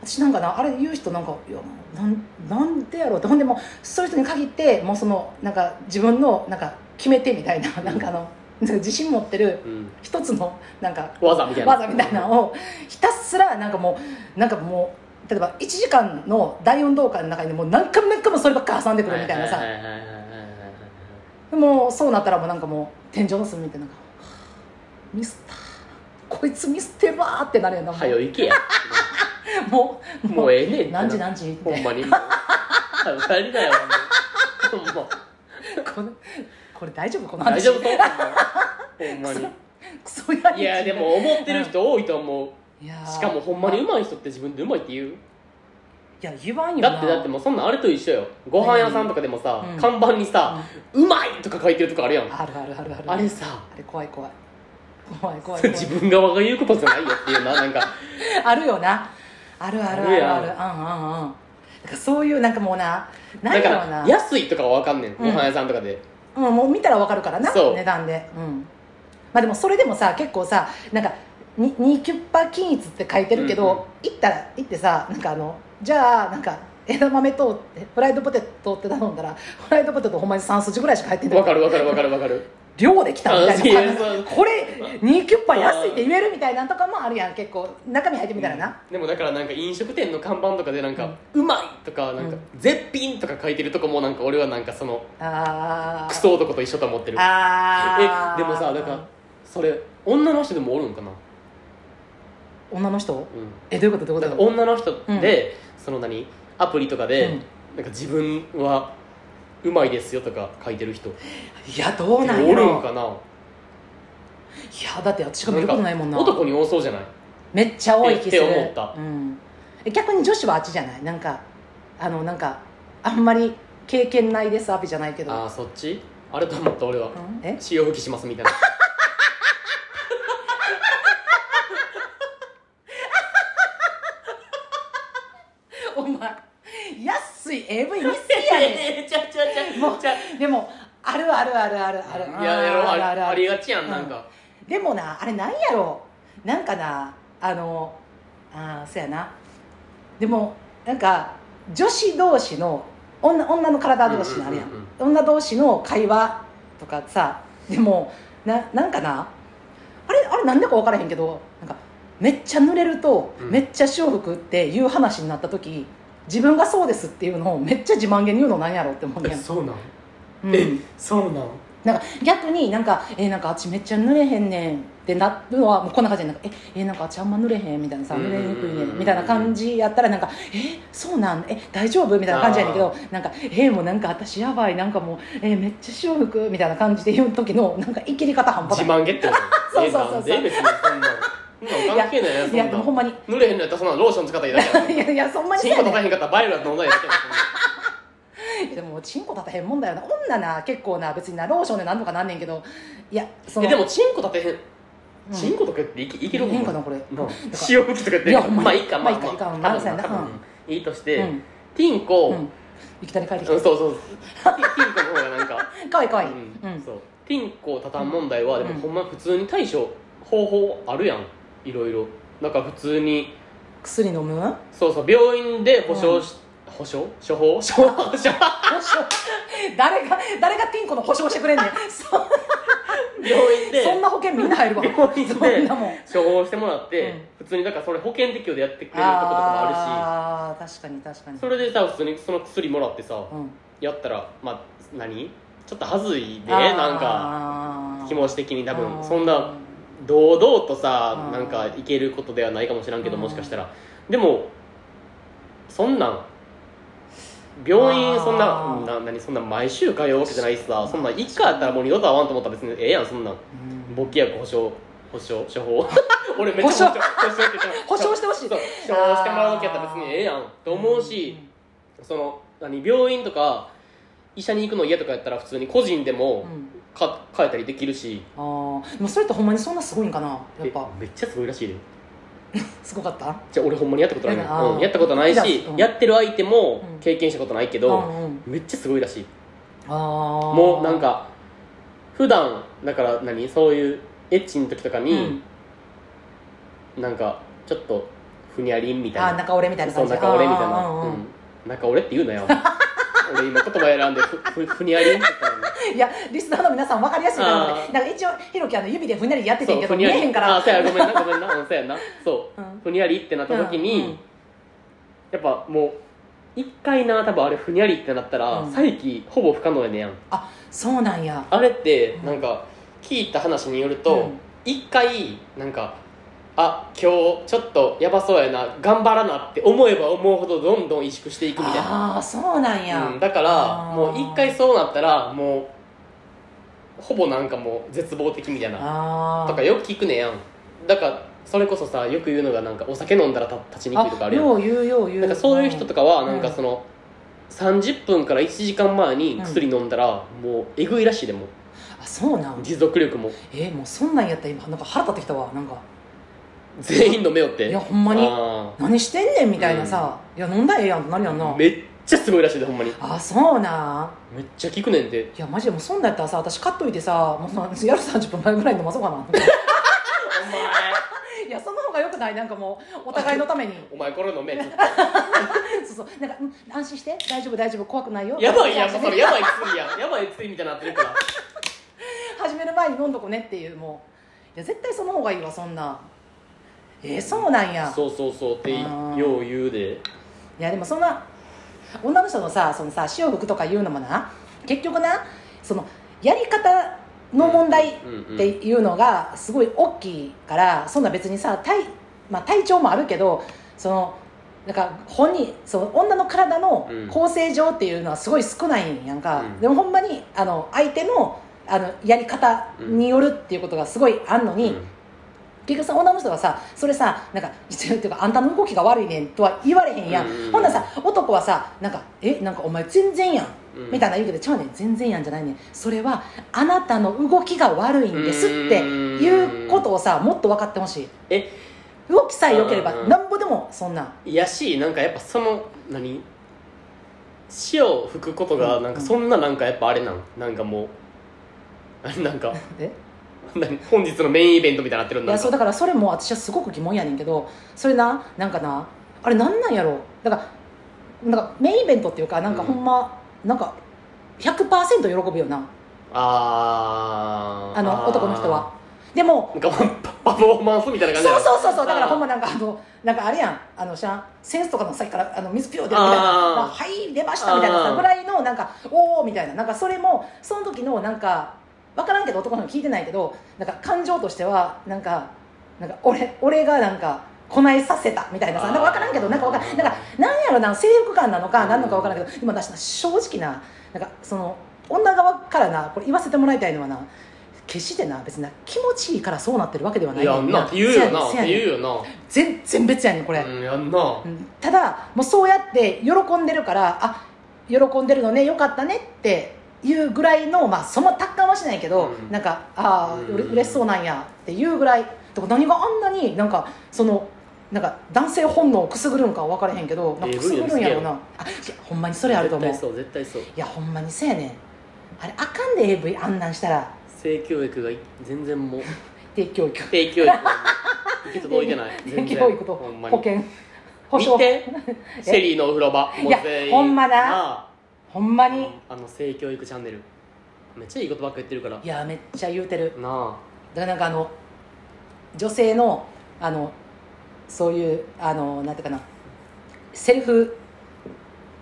私なんかなあれ言う人なんかいやなんなんでやろうってほんでもうそういう人に限ってもうそのなんか自分のなんか決めてみたいななんかあのなんか自信持ってる
うん
一つのなんか
技みたいな
技みたいなのをひたすらなんかもうなんかもう例えば1時間の第4動画の中にもう何回も何回もそればっか挟んでくるみたいなさ、
はいはいはいはいはいはいはいはい
もうそうなったらもうなんかもう天井の隅見てなんか「ミスったこいつミスってるわ」ってなるよなもう
はよ行けや
もう
もうええねんってな
何時何時って
ほんまにもうはよ帰りだよほんまほんま
これこれ大丈夫この
大
話
丈夫そうほんまほんま
クソやり
にいやでも思ってる人多いと思う
いやー
しかもほんまに上手い人って自分で上手いって言う
いや言わんよな
だってだってもうそんなんあれと一緒よご飯屋さんとかでもさ、
うん
看板にさ「うまい!」とか書いてるとこあるやん
あるあるあるある
あれさ
あれ怖い怖い怖い怖い怖い
自分側が言うことじゃないよっていうななんか
あるよなあるあるあ
ある
る
やん
あるうんうんうんだからそういうなんかもう な何
だか
だろう
ら
な
安いとかは分かんねん
う
ご
ん
飯屋さんとかで
うん、もう見たらわかるからな
そう
値段でうんまあでもそれでもさ結構さなんかに2キュッパ均一って書いてるけど、
うんうん
行ったら行ってさなんかあのじゃあなんか枝豆とフライドポテトって頼んだらフライドポテトほんまに3筋ぐらいしか入ってない
分かる分かる分かる分かる
量できたみたい
あい
な
やそう
これ2キュッパ安いって言えるみたいなのとかもあるやん結構中身入ってみたらな、
でもだからなんか飲食店の看板とかでなんか「うまい!」とか「なんか絶品!」とか書いてるとこもなんか俺はなんかその
ああ
クソ男と一緒と思ってる
ああ
えでもさだからそれ女の人でもおるんかな
女の人
うん
えどういうことどうい
な
うんこ
か
と
女の人で、その何アプリとかで、
うん
なんか自分はうまいですよとか書いてる人
いやどうなん
お
や
る
ろ
んかない
やだって私が見ることないもんな
男に多そうじゃない
めっちゃ多い気する
って思った
うん、逆に女子はあっちじゃないなんかあのなんかあんまり経験ないですアピじゃないけど
ああそっちあれと思った俺は
うんえ
潮吹きしますみたい な
お前安い AV 見すぎやね
ちゃちゃち
もう
ちゃ
んでもあるあるあるあるある
いややろあ
る
れ
ある
あ
あ
り
る
がちやん、
うん
なんか
でもなあれなんやろなんかなあのああそうやなでもなんか女子同士の女女の体同士のあれやん,、
うんうんうん
女同士の会話とかさでもななんかなあれあれなんでか分からへんけどなんかめっちゃ濡れると、
うん
めっちゃ潮吹くっていう話になった時自分がそうですっていうのをめっちゃ自慢げに言うのなんやろって思うねん、
そうなん、
うん
そうなん
なんか逆になんか「えなんかあっちめっちゃ濡れへんねん」ってなるのはもうこんな感じでなんか「ええなんかあっちあんま濡れへん」みたいなさ
う
「
んうん
濡
うんう
れ
ん
にくいねん」みたいな感じやったらなんか「えそうなんえ大丈夫?」みたいな感じやねんけどなんか「えもうなんか私やばいなんかもうえめっちゃ潮吹く」みたいな感じで言う時のなんかいきり方半端
自
ない
慢げってこと
そうそうそうそう
えなんで別にそんなんそんなん関係ないやんそ
い
んな
や
ん
でもほんまに
濡れへんのやったらそんなんローション使ったらいいだけやろ
いやいやそんまにそう
チンコ
やね
と
ん
かへんかったらバイオラ飲んだりだけや
でもチンコ立てへんもんだよな女な結構な別になローションでなんとかなんねんけどいやそ
ろ
の
えでもチンコ立てへん
うん
チンコとかっていけいける
いけんかなこれ
塩吹きとかって
いやほんまに
まあいいかまあ
まあいいかいいか
まあ
まあそうやな
多分
うん
いいとし
う
て
ん
ティンコ
う
うん
んいきなり帰ってき
そう
た
そうそうティティンコの方がなんか
かわいいかわ
う
いい、
ん
うん
そうティンコを畳む問題はでもほんま普通に対処方法あるやんいろいろだから普通に
薬飲む
そうそう病院で保証し保証処方 処方処方
保証誰が誰がティンコの保証してくれんねんそ
病院で
そんな保険みんな入るわ
病院で
そんなもん
処方してもらって
うん
普通にだからそれ保険適用でやってくれるとことかもあ
ああ確かに確か
る
に
しそれでさ普通にその薬もらってさ
うん
やったらまあ何ちょっと恥ずいで
あー
なんか気持ち的に多
あ
分
ー
そんな堂々とさ
あー
なんかいけることではないかもしらんけど
うん
もしかしたらでもそんなん病院
あー
そんなな何そんな毎週通うわけじゃないしさそんなん一回やったらもう二度と会わんと思ったら別にええやんそんなん
うん
勃起薬保証保証処方 俺めっちゃ保証っ
保証
て言っちゃう
保証してほしい
そう保証してもらうわけやったら別にええやんと思うし、その何病院とか医者に行くの嫌とかやったら普通に個人で
うん
も
うんうん
か変えたりできるし
ああでもそれってほんまにそんなすごいんかなやっぱ
えめっちゃすごいらしいで
すごかった
じゃあ俺ほんまにやったことないね
あー
うん、やったことない
じゃあ
し、
うん
やってる相手も
うん
経験したことないけ
う
ど、
んうん
めっちゃすごいらしい
あー
もうなんか普段だから何そういうエッチの時とか
う
に
ん、
なんかちょっとふにゃりんみ
あ
たい
ー
な
中俺みたいな
そ
感
う
じ
中俺みたい
あ
な
ーうんうん
うん中俺って言うなよ俺今言葉選んでふ ふふにゃりんって言ったのに
いやリスナーの皆さん分かりやすいかなと思っ
あ
てなんか一応ひろきあの指でふんなりやっててんけ
ふ
ど
に
見
ゃ
えへ
り
んから
あそうやごめんなごめんなうんそうやなそううふにゃりってなった
ん
時に、
うんうん
やっぱもう一回な多分あれふにゃりってなったら、
うん
再起ほぼ不可能やねやん
そうなんや
あれって
うん
なんか聞いた話による
う
と
ん
一、回なんかあ今日ちょっとやばそうやな頑張らなって思えば思うほどどんどん萎縮していくみたいな、
ああそうなんや、
うん、だから
あー
もう一回そうなったらもうほぼなんかもう絶望的みたいな
ああ
とかよく聞くねやんだからそれこそさよく言うのがなんかお酒飲んだらた立ちにくいとかあるやん
よう言うよう言う
なんかそういう人とかはなんか
うん
その、30分から1時間前に薬飲んだらもうえぐいらしいでも
あそうなん
持続力も
えー、もうそんなんやったら今なんか腹立ってきたわなんか
全員飲めよっ
い
て
やほんまに
あ
何してんねんみたいなさ、いや飲んだらええやんってなるやんな
ーめっちゃすごいらしいでほんまに
あそうなん
めっちゃ効くねんて
いやマジでもうそんなんやったらさ私買っといてさもうまあやる30分前ぐらいに飲まそうかな いやその方がよくないなんかもうお互いのために
お前これ飲めちょっ
そうそうなんかうん安心して大丈夫大丈夫怖くないよ
とやばいやん
安
もうそ
心して
れやばい薬やんやばい薬みたいになってるから
始める前に飲んどこねっていうもういや絶対その方がいいわそんなえー、そうなんや
そうそうそうってよう言うで
いやでもそんな女の人のさそのさ潮吹くとか言うのもな結局なそのやり方の問題っ
うんうん
ていうのがすごい大きいからそんな別にさ体,、まあ、体調もあるけどそのなんか本人その女の体の
うん
構成上っていうのはすごい少ないんやんか、
うん
でもほんまにあの相手のあのやり方によるっていうことがすごいあんの
う
に、
ん
結局さ女の人はさそれさなんか 実はていうかあんたの動きが悪いねんとは言われへんやん、
うんうんうん
ほんならさ男はさなんかえなんかお前全然やん、
うん
みたいな言うけどちゃうねん全然やんじゃないねんそれはあなたの動きが悪いんですっていうことをさもっと分かってほしい
え
動きさえ良ければ
うんうん
なんぼでもそんない
やしなんかやっぱその何潮を吹くことが
うん
なんかそんななんかやっぱあれなんなんかもうあれ なんか
え
何本日のメインイベントみたいになってるん
い
だ
やそうだからそれも私はすごく疑問やねんけどそれななんかなあれなんなんやろだからなんかメインイベントっていうかなんかほんま、なんか100%喜ぶよな
あー
あの男の人はでも
なんかパフォーマンスみたいな
そう
感じ
そうそうそうだからほんま
に
なんかあのなんかあれやんあの知らんセンスとかの先からあの水ピュー出るみたいな
あー
まあはい出ましたみたいな
あー
さぐらいのなんかおおみたいななんかそれもその時のなんか分からんけど男の人聞いてないけどなんか感情としてはなんかなんか俺俺がなんかこないさせたみたいなさなんか分からんけどなんか分からんなんかなんやろな制服感なのか何なのか分からんけど今私な正直ななんかその女側からなこれ言わせてもらいたいのはな決してな別にな気持ちいいからそうなってるわけではない
いや
ね
ん
ん
なって言うよなっ
せ
て
やねんせやねん
言うよ
全然別やねんこれ、
なうんやんな
うんただもうそうやって喜んでるからあ喜んでるのねよかったねっていうぐらいのまあその達観はしないけど、
うん
なんかああ、うれ
うん
嬉しそうなんやっていうぐらいとか何があんなになんかそのなんか男性本能をくすぐるんかは分からへんけどなんかくすぐるんやろうなあいやほんまにそれあると思う
絶対そう絶対そう
いやほんまにそうやねんあれあかんで AV あんなんしたら
性教育がい全然もう
低教育
性 教育がもう行き届いてない全
低
然
教育と
ほんまに
保険保
見
障
て シェリーのお風呂場もう全員
いやほんまなほんま
あ
に
あの性教育チャンネルめっちゃいいことばっか言ってるからない
やめっちゃ言うてる
あ
だからなんかあの女性のあのそういうあのなんていうかなセルフ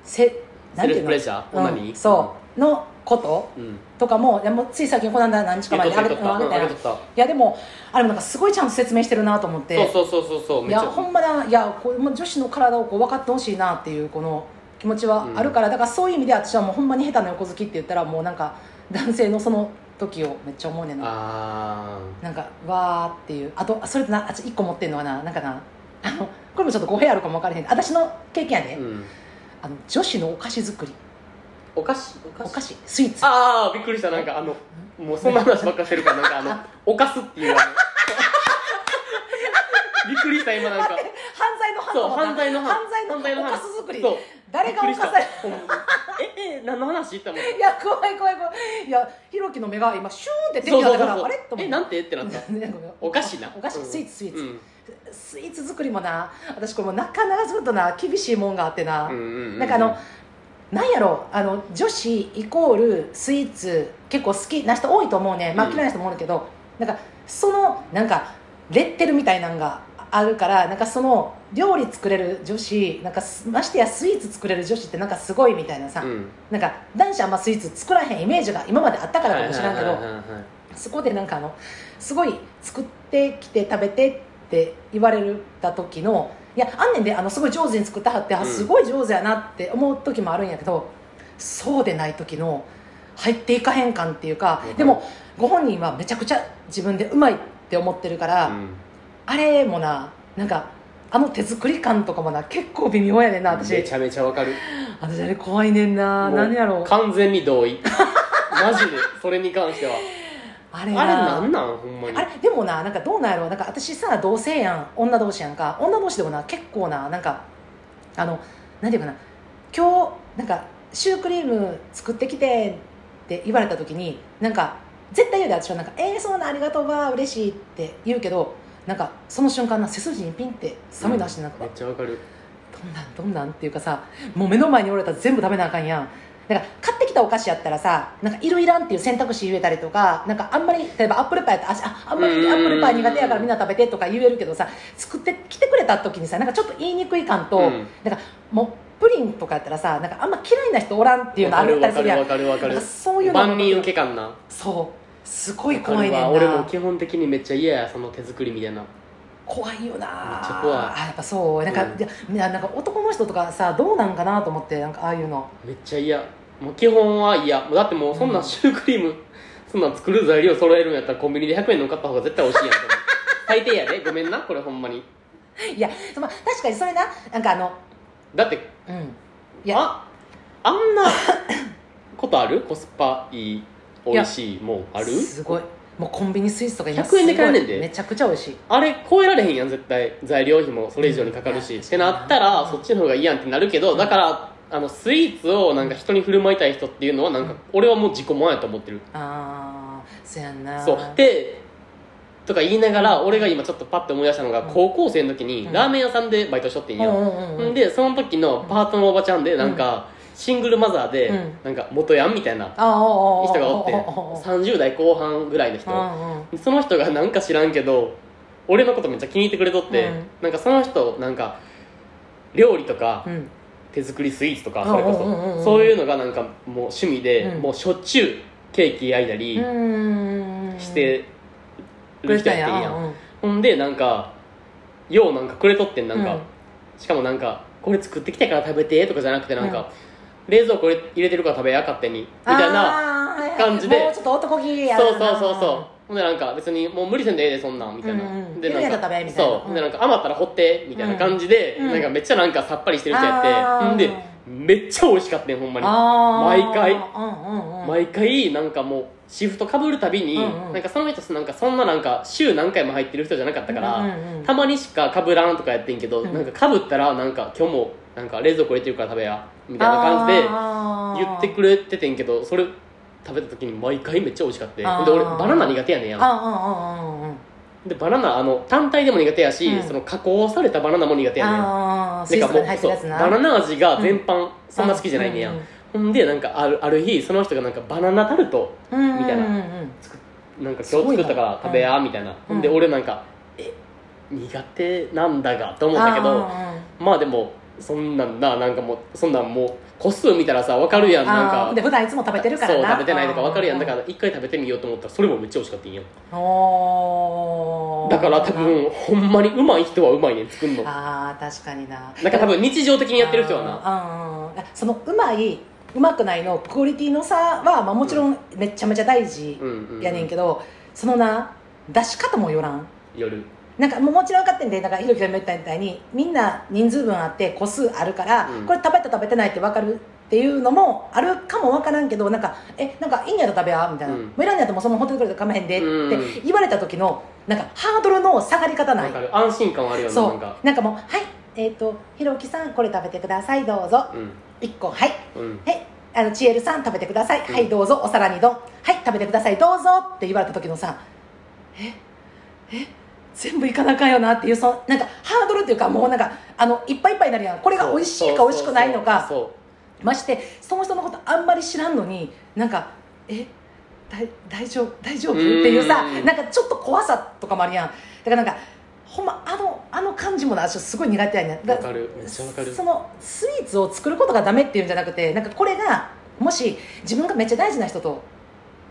セなん
セ
て
ルフ
いうの
プレジャー
うん
女に
そうのこと
うん、うん、
とかもいやもうつい最近この間何日か
言っ
前
とっ
に
た
あ
言
げ
っと
て
った
あげ
うん
た
あ
や
げ
ん
と
い
った
やでもあれもなんかすごいちゃんと説明してるなと思って
そうそうそうそうそうめ
い
っち
や
ゃ
ほんまだいやこうまあ女子の体をこう分かってほしいなっていうこの気持ちはあるから、だからそういう意味で私はもうほんまに下手な横好きって言ったらもうなんか男性のその時をめっちゃ思うねんな
あ
なんかわーっていうあとそれとなあちょ1個持ってんのはななんかなあのこれもちょっと語弊あるかも分からへんけど私の経験やで、
ーうん
あの女子のお菓子作り
お菓子お
お菓子スイーツ
ああびっくりしたなんかあのもうそん な話ばっかしてるからなんかあのお菓子っていうあの びっくりした今なんか
犯罪の犯
そう
と思った
犯罪の犯
犯罪の
犯罪の
お
犯
菓子作り
そう
誰が
び
お
っくりした
菓子
ほんまにええ何の話って思っ
いや怖い怖い怖いいやひろきの目が今シューンって
た
出てきたからあれと思
え
って
なんてってなった
ねごめん
お菓子な
お菓子
うん
スイーツスイーツ、
うん
スイーツ作りもな私これもなかなかずっとな厳しいもんがあってな、
うんうう
なんかあのなんやろあの女子イコールスイーツ結構好きな人多いと思うね、まあ、
うん
嫌いな人もおるけど、なんかそのなんかレッテルみたいなのがあるからなんかその料理作れる女子なんかすましてやスイーツ作れる女子ってなんかすごいみたいなさ、
うん
なんか男子あんまスイーツ作らへんイメージが今まであったからかもしらんけど、
はいはいはいはい
そこでなんかあのすごい作ってきて食べてって言われた時のいやあんねんであのすごい上手に作ってはって、あ
うん
すごい上手やなって思う時もあるんやけどそうでない時の入っていかへん感っていうか
うん
でもご本人はめちゃくちゃ自分でうまいって思ってるから、
うん
あれもななんかあの手作り感とかもな結構微妙やねんな
め
私
ちゃめちゃわかる
私あれ怖いねんな
もう
何やろう
完全に同意 マジでそれに関しては
あれ
あれ
な
なんなんほんまに
あれでもななんかどうなんやろうなんか私さ同性やん女同士やんか女同士でもな結構ななんかあのなんていうかな今日なんかシュークリーム作ってきてって言われた時になんか絶対言うで私はなんか「えー、そうなんありがとうわー嬉しい」って言うけどなんかその瞬間な背筋にピンって冷め出してなんか、
めっちゃわかる
どんなんどんなんっていうかさもう目の前におられたら全部食べなあかんやんなんか買ってきたお菓子やったらさなんかいろいらんっていう選択肢言えたりとかなんかあんまり例えばアップルパイやったらあああんま
うんうん
り
うん
アップルパイ苦手やからみんな食べてとか言えるけどさ作ってきてくれた時にさなんかちょっと言いにくい感と、
うん
なんかもうプリンとかやったらさなんかあんま嫌いな人おらんっていうのあるった
わ
り
か
する
る
やん
わかるわかるわ
なんか
か
そういう
る
のも
万人受け感な
そうすごい怖いねん
わか
な
るわ俺も基本的にめっちゃ嫌やその手作りみたいな
怖い
め
よな
っちゃ怖い
あやっぱそうなんか,、
うん
いやいやなんか男の人とかさどうなんかなと思ってなんかああいうの
めっちゃ嫌もう基本は嫌もうだってもうそんなシュークリーム、そんなん作る材料揃えるんやったらコンビニで100円の買った方が絶対美味しいやん それ最低やでごめんなこれほんまに
いや、まあ、確かにそれな、なんかあの、
だって
うん。いや、
ああんなことあるコスパいい美味しいもんある
すごい。もうコンビニスイーツとか今
100円で買えんねんです
ごいめちゃくちゃ美味しい。
あれ超えられへんやん絶対材料費もそれ以上にかかるし、
うん
ってなったら、
うん
そっちの方がいいやんってなるけど、だからあのスイーツをなんか人に振る舞いたい人っていうのはなんか俺はもう自己満やと思ってる、
あー、そやんな。
そうでとか言いながら俺が今ちょっとパッて思い出したのが
うん
高校生の時に
うん
ラーメン屋さんでバイトしとってん
うんう
よ、
んうん
ん
うん。
でその時のパートのおばちゃんでなんかシングルマザーで
うん
なんか元ヤンみたいな
あー、おーおー
人がおって
おー
30代後半ぐらいの
おーおー
人
うんうん。
その人がなんか知らんけど俺のことめっちゃ気に入ってくれとって、
うん
なんかその人なんか料理とか
うん、
手作りスイーツとか
うん
それこ
うんうんうんう
そ
ん
そういうのがなんかもう趣味で、
うん
もうしょっちゅうケーキ焼いたり
うん
して
く
る
れ
人
たん
やってん
や
やん、
うんうん
ほんでなんかようなんかくれとってんなんか、
うん
しかもなんかこれ作ってきたから食べてとかじゃなくてなんか、冷蔵庫これ入れてるから食べや勝手にみたいな
あーはいはい
感じで
もうちょっと男気やな
そうそうそうそうほんでなんか別にもう無理せんでええでそんなんみたいな、
うんうん
でな
昼や
ん
ったら食べみたいな
そう
うん
ほんでなんか余ったら掘ってみたいな感じで、
うん
なんかめっちゃなんかさっぱりしてる人やって
あー
ほんでめっちゃ美味しかったよほんまに
あー
毎回
うんうんうん
毎回なんかもうシフトかぶるたびに、
うんうん
なんかその人なんかそんななんか週何回も入ってる人じゃなかったから、
うんうん
たまにしかかぶらんとかやってんけど、
うん
なんかかぶったらなんか今日もなんか冷蔵庫入れてるから食べやみたいな感じで言ってくれててんけどそれ食べた時に毎回めっちゃ美味しかって
あー
で俺バナナ苦手やねんや
あーうんうんうんうんうん
でバナナあの単体でも苦手やし、
うん
その加工されたバナナも苦手やねん
ああ、ス
て
イー
か
ツ
も
とか
う
に入って
そ
る
う
やつな。
バナナ味が全般そんな好きじゃないねんや、ほんでなんかあるある日その人がなんかバナナタルト
み
みたいななんか今日作ったから食べやみたいな、ほんで
うん
俺なんかえ苦手なんだがと思ったけどまあでもそんなんななんかもうそんなんもう個数見たらさ分かるやんなんか
で普段いつも食べてるからな。。
そう食べてないとか分かるやんだからら一回食べてみようと思ったらそれもめっちゃ美味しかったんや
おー
だから多。分ほんまにうまい人はうまいねん作んのだ
ああ、確かにな。
から多分日常的にやってる人はな
な。うんうんそのうまい、うまくないのクオリティの差は、まあもちろんめちゃめちゃ大事
うんうん、うん、
やねんけど、そのな、出し方もよらん。
夜
なんかもうもちろん分かってんでなんかひろきさんも言ったみたいにみんな人数分あって個数あるから、
うん
これ食べた食べてないって分かるっていうのもあるかも分からんけどなんか「えなんかいいんやったら食べや」みたいな
う
「
ん
もういらんやったらもうそのホテルくれたらかまへんで」
う
っ
ん
て言われた時のなんかハードルの下がり方な
わ
い
かる安心感はあるよね
そ
な
うん
か
なんかもうはいえっ、とひろきさんこれ食べてくださいどうぞ
うん
1個はい
うん
はいあのちえるさん食べてください、
うん
はいどうぞお皿にどんはい食べてくださいどうぞって言われた時のさええ全部いかなあかんよなっていうそのなんかハードルっていうかもうなんかあのいっぱいいっぱいになるやんこれが美味しいか美味しくないのか
そう
ましてその人のことあんまり知らんのになんかえだい大丈夫大丈夫っ
う
て
ーん
いうさなんかちょっと怖さとかもあるやんだからなんかほんまあのあの感じもな私すごい苦手やねん
そうそう
だ
わかるめっちゃわかる
そのスイーツを作ることがダメっていうんじゃなくてなんかこれがもし自分がめっちゃ大事な人と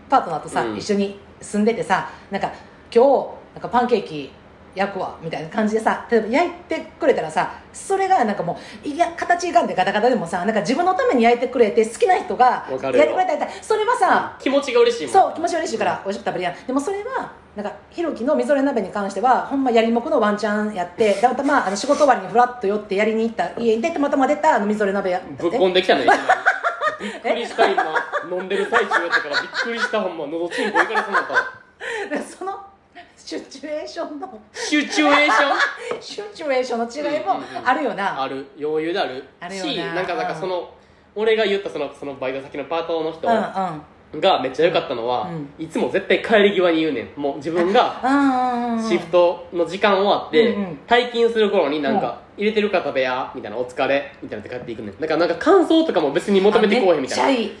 パートナーとさ、
うん
一緒に住んでてさなんか今日なんかパンケーキ焼くわみたいな感じでさ例えば焼いてくれたらさそれがなんかもういや形いかんでガタガタでもさなんか自分のために焼いてくれて好きな人がや
わ
って
かる
く
よ
れたらそれはさ、
気持ちが嬉しいもん
そう気持ちが嬉しいから美味しく食べるやんでもそれはなんかひろきのみぞれ鍋に関してはほんまやりもくのワンチャンやってたまたまあの仕事終わりにふらっと寄ってやりに行った家でたまたま出たあのみぞれ鍋やった
ぶっこんで きたね一番びっくりした今飲んでる最中やったからびっくりしたほんま喉チンポいからそうなったわ
で そのシチュエーションの
シチュエーション
シチュエーションの違いも
うんうんうん
あるよな、
ある余裕である
あるよな
しなんかなんかその、俺が言ったそのそのバイト先のパートの人
うんうん
がめっちゃ良かったのは、
うん
いつも絶対帰り際に言うねんもう自分が
うんうんうん
シフトの時間終わって、
うんうん
退勤する頃になんか、入れてるか食べやみたいなお疲れみたいなって帰っていくねんだからなんか感想とかも別に求めてこうへんみたいな
あめっちゃいい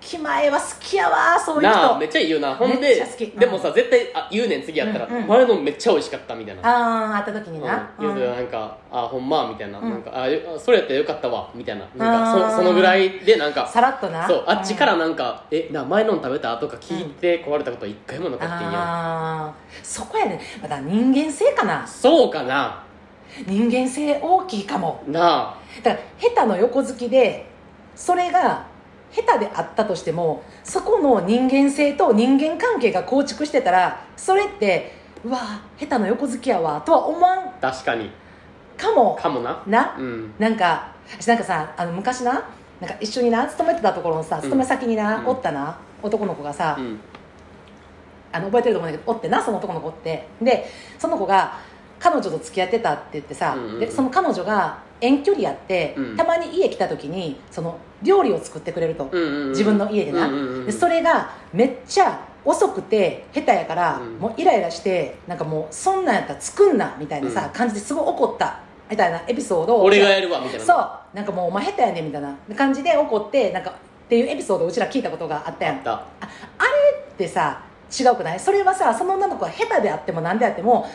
気前は好きやわそういう
なあ
人
めっちゃいいよなほん
めっち
で
ゃ好きうん
でもさ絶対あ言うねん次やったら、
うんうん
前のめっちゃ美味しかったみたいな
ああー会った時にな、
うん、ゆず
うん
なんか「あほんま」みたいな「
うん
なんかあよそれやったらよかったわ」みたいななん
あ
か
ー
そそのぐらいでなんか
さらっとな
そうあっちから
ん
なんか「えな前のん食べた?」とか聞いて壊れたことは一回もなかったんや、
あーそこやねまた人間性かな
そうかな
人間性大きいかも
なあ
だから下手の横好きでそれが下手であったとしてもそこの人間性と人間関係が構築してたらそれってうわ下手の横好きやわとは思わん
確かに
かも
かもな
な
うん
なんか私なんかさあの昔ななんか一緒にな勤めてたところのさ
ん
勤め先にな、
うん
おったな男の子がさ、
うん
あの覚えてると思うんだけどおってなその男の子おってでその子が彼女と付き合ってたって言ってさ、
うんうんうん
でその彼女が遠距離やって、
うん
たまに家来た時にその料理を作ってくれると、
うんうんうん
自分の家でな、
うんうんうん
でそれがめっちゃ遅くて下手やから、
うん
もうイライラしてなんかもうそんなんやったら作んなみたいなさ、
うん
感じですごい怒ったみたいなエピソードを
俺がやるわみたいな
そうなんかもうお前下手やねんみたいな感じで怒ってなんかっていうエピソードをうちら聞いたことがあったやん
だ
ってさ違うくないそれはさその女の子は下手であっても何であっても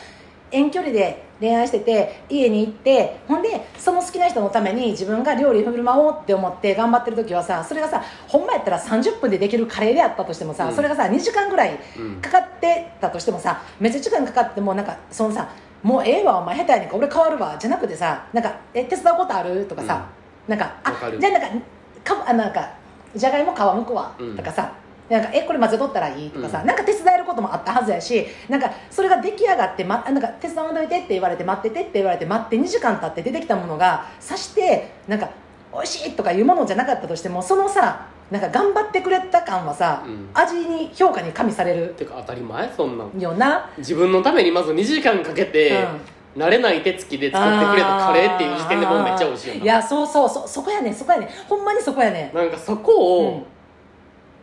遠距離で恋愛してて家に行ってほんでその好きな人のために自分が料理振る舞おうって思って頑張ってる時はさそれがさほんまやったら30分でできるカレーであったとしてもさ、
うん
それがさ2時間ぐらい
うん
かかってたとしてもさめっちゃ時間かかってもなんかそのさもうええわお前下手やねんから俺変わるわじゃなくてさなんかえ手伝うことあるとかさ、なんかあ
わかる
じゃあなんかかあなんかじゃがいも皮むくわ、
うん
とかさなんかえこれ混ぜとったらいいとかさ、
うん
なんか手伝えることもあったはずやしなんかそれが出来上がって、ま、なんか手伝わんといてって言われて待っててって言われて待って2時間経って出てきたものがさしてなんか美味しいとかいうものじゃなかったとしてもそのさなんか頑張ってくれた感はさ、
うん
味に評価に加味される
てか当たり前そんなん
よな
自分のためにまず2時間かけて、慣れない手つきで作ってくれたカレーっていう時点でもうめっちゃ美味しいよない
やそうそうそそこやねんそこやねんほんまにそこやねん
なんかそこ
う
を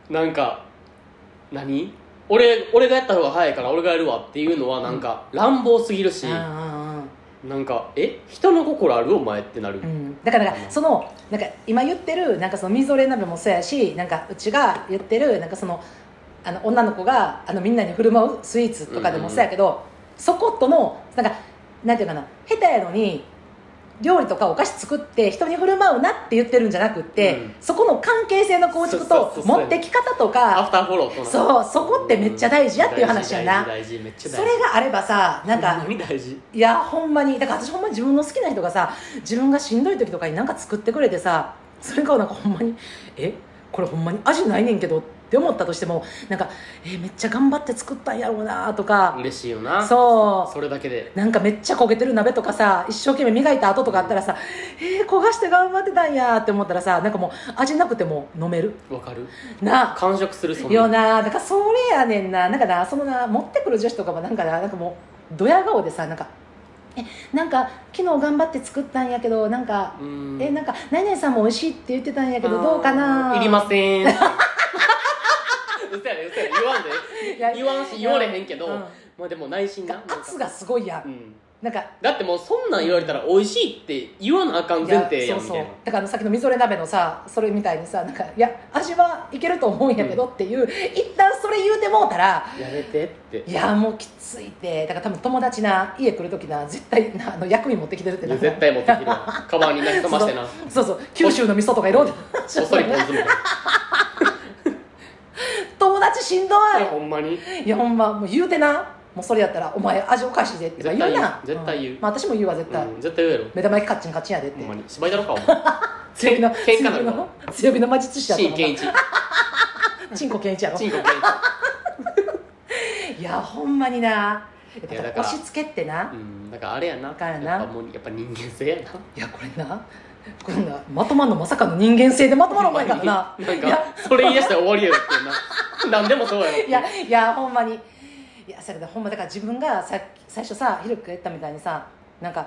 ん、
なんか何俺俺がやった方が早いから俺がやるわっていうのはなんか乱暴すぎるし、
うんうん
なんかえ人の心あるお前ってなる、
うんうんだからなん
う
か
ん
そのなんか今言ってるなんかそのみぞれ鍋もそうやしなんかうちが言ってるなんかそのあの女の子があのみんなに振る舞うスイーツとかでもそうやけど、そことのなんかなんていうかな下手やのに料理とかお菓子作って人に振る舞うなって言ってるんじゃなくって、
うん
そこの関係性の構築
そうそう
と
そうそう
持ってき方と
ア
か
フターフォローとな
そうそこってめっちゃ大事やっていう話やな
大事大事めっちゃ大事
それがあればさなんか、
ほまに大事
いやほんまにだから私ほんまに自分の好きな人がさ自分がしんどい時とかになんか作ってくれてさそれがなんかほんまに「えこれほんまに味ないねんけど」って思ったとしてもなんか、えーめっちゃ頑張って作ったんやろうなとか
嬉しいよな
そう
それだけで
なんかめっちゃ焦げてる鍋とかさ一生懸命磨いた後とかあったらさえー、焦がして頑張ってたんやって思ったらさなんかもう味なくても飲める
わかる
なあ
完食するそん
よ
な
なだからそれやねんななんかなそのな持ってくる女子とかもなんかななんかもうドヤ顔でさなんかえなんか昨日頑張って作ったんやけどなんか、
うん
えなんか何々さんも美味しいって言ってたんやけどどうか
あ
な
ーいりません うそやねうそやね言わんで
いや
言わんし言われへんけど
うん
まあでも内心な
が
なんか
圧がすごいやん、
うん
なんか
だってもうそんなん言われたら美味しいって言わなあかん
い
前
や
提やん
そ
みた
うそう
いな
だからあのさっきのみぞれ鍋のさそれみたいにさなんかいや味はいけると思うんやけどっていう、一旦それ言うてもうたら
やめてって
いやもうきついってだから多分友達な家来る時な絶対なあの薬味持ってきてるってな
絶対持 ってきてるわカバンに投げ込ましてな
そうそう九州の味噌とかいろんな
細いポン酢みたいな
友達しんど
いやほんまに
いいやほんまもう言うてなもうそれやったら「お前味おかしいで」って言
絶対
う
言う
な
絶対言うん
まあ、私も言うわ絶対、
うん絶対言うやろ
目玉焼きカッチンカッチンやでっ
ほ
て
んまに芝居だろか お前
強火の
喧嘩なる
強火
わ
の強火の魔術師やと
新
思
健一
うチンコ健一やろ
新健
いやほんまにな
や
や
だ
っぱ
から
押し付けってな
一うんだからあれやな
からな
やっぱもうやっぱ人間性やない
やこれなこんなまとまんのまさかの人間性でまとまるお前からな
ほんまに
い
なん
や
かそれ言い出したら終わりやろっていうな何でもそうやろ
いやいやほんまにいやそれでほんまだから自分がさ最初さひろきが言ったみたいにさなんか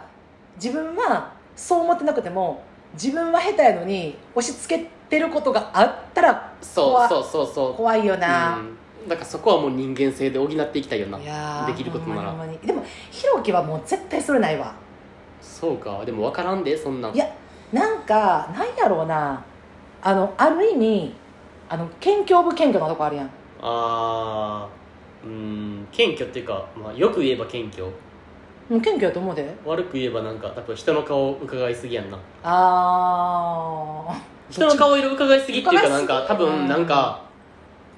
自分はそう思ってなくても自分は下手やのに押し付けてることがあったら
そうそうそうそう
怖いよな、
うん、だからそこはもう人間性で補っていきたいよない
やー
できることな
ほん
ら
まにほんまにでもひろきはもう絶対それないわ
そうかでも分からんでそんなん
いやなんかなんやろうなあのある意味あの謙虚オブ謙虚なとこあるやん
あーうん謙虚っていうか、まあ、よく言えば謙虚
うん謙虚やと思うで
悪く言えばなんか多分人の顔を伺いすぎやんな
ああ
人の顔色伺いすぎっていうかなんか多
伺いすぎ
分なんか、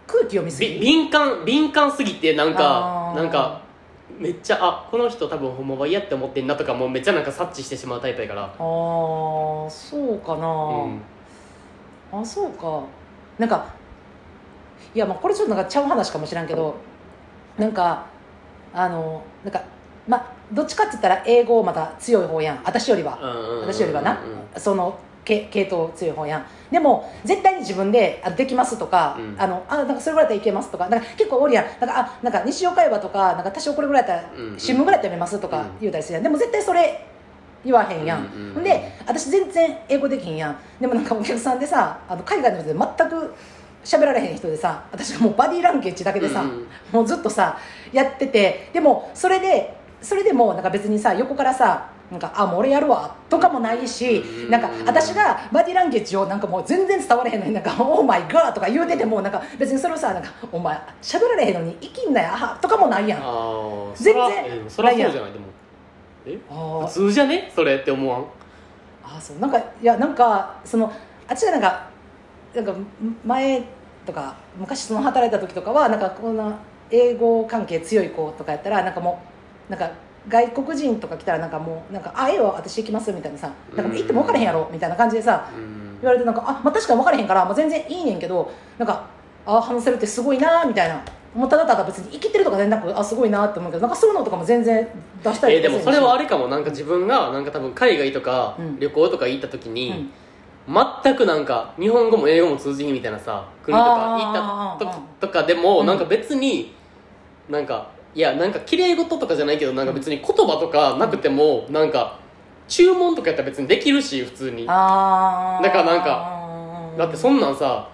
空気読みす
び
ぎ
敏感敏感すぎてなんか
あー
なんかめっちゃあこの人多分ほんまは嫌って思ってんなとかもうめっちゃなんか察知してしまうタイプやから
あーそうか
うん
な、あそうかなんかいやまあこれちょっとなんかちゃう話かもしらんけどなんかあのなんかまあどっちかって言ったら英語また強い方やん私よりは、
うんうんうん
私よりはな
うん
そのけ系統強い方やんでも絶対に自分で「あできます」とか「
うん
あのあなんかそれぐらいだったらいけます」とかなんか結構おるやんなんかあなんか西岡山とかなんか多少これぐらいだったら
うんうん
新聞ぐらいだったらやめますとか言うたりするやんでも絶対それ言わへんやん、
うんうん
ほんで私全然英語できひんやんでもなんかお客さんでさあの海外の人で全く喋られへん人でさ私がもうバディランゲージだけでさ、
うんうん
もうずっとさやっててでもそれでそれでもなんか別にさ横からさなんかあもう俺やるわとかもないし
うん
なんか私がバディランゲージをなんかもう全然伝われへんのになんか「 オーマイガー」とか言うててもなんか別にそれをさなんか「お前喋られへんのに生きんなやあは」とかもないやんあ
ああ
全然
そらえでもそらそうじゃないでもえ
ー
普通じゃねそれって思わん
あそうなんかいやなんかそのあっちでなんかなんか前とか昔その働いた時とかはなんかこんな英語関係強い子とかやったらなんかもうなんか外国人とか来たらなんかもうなんかあええよ私行きますみたいなさなんか行っても分からへんやろみたいな感じでさ
うん
言われてなんかあ、まあ、確かに分からへんから、まあ、全然いいねんけどなんかあ話せるってすごいなみたいなもうただただ別に生きてるとか全然なくあすごいなって思うけどなんかそういうのとかも全然出したり
えー
とか
でもそれはあ
れ、
れかもなんか自分がなんか多分海外とか
うん
旅行とか行った時
う
に、
ん
全くなんか日本語も英語も通じひんみたいなさ国とか
あー
行った
あーあ
時とかでも
うん
なんか別になんかいやなんか綺麗事とかじゃないけどなんか別に言葉とかなくてもなんか注文とかやったら別にできるし普通にだ
あー
だからなん
か
ってそんなんさ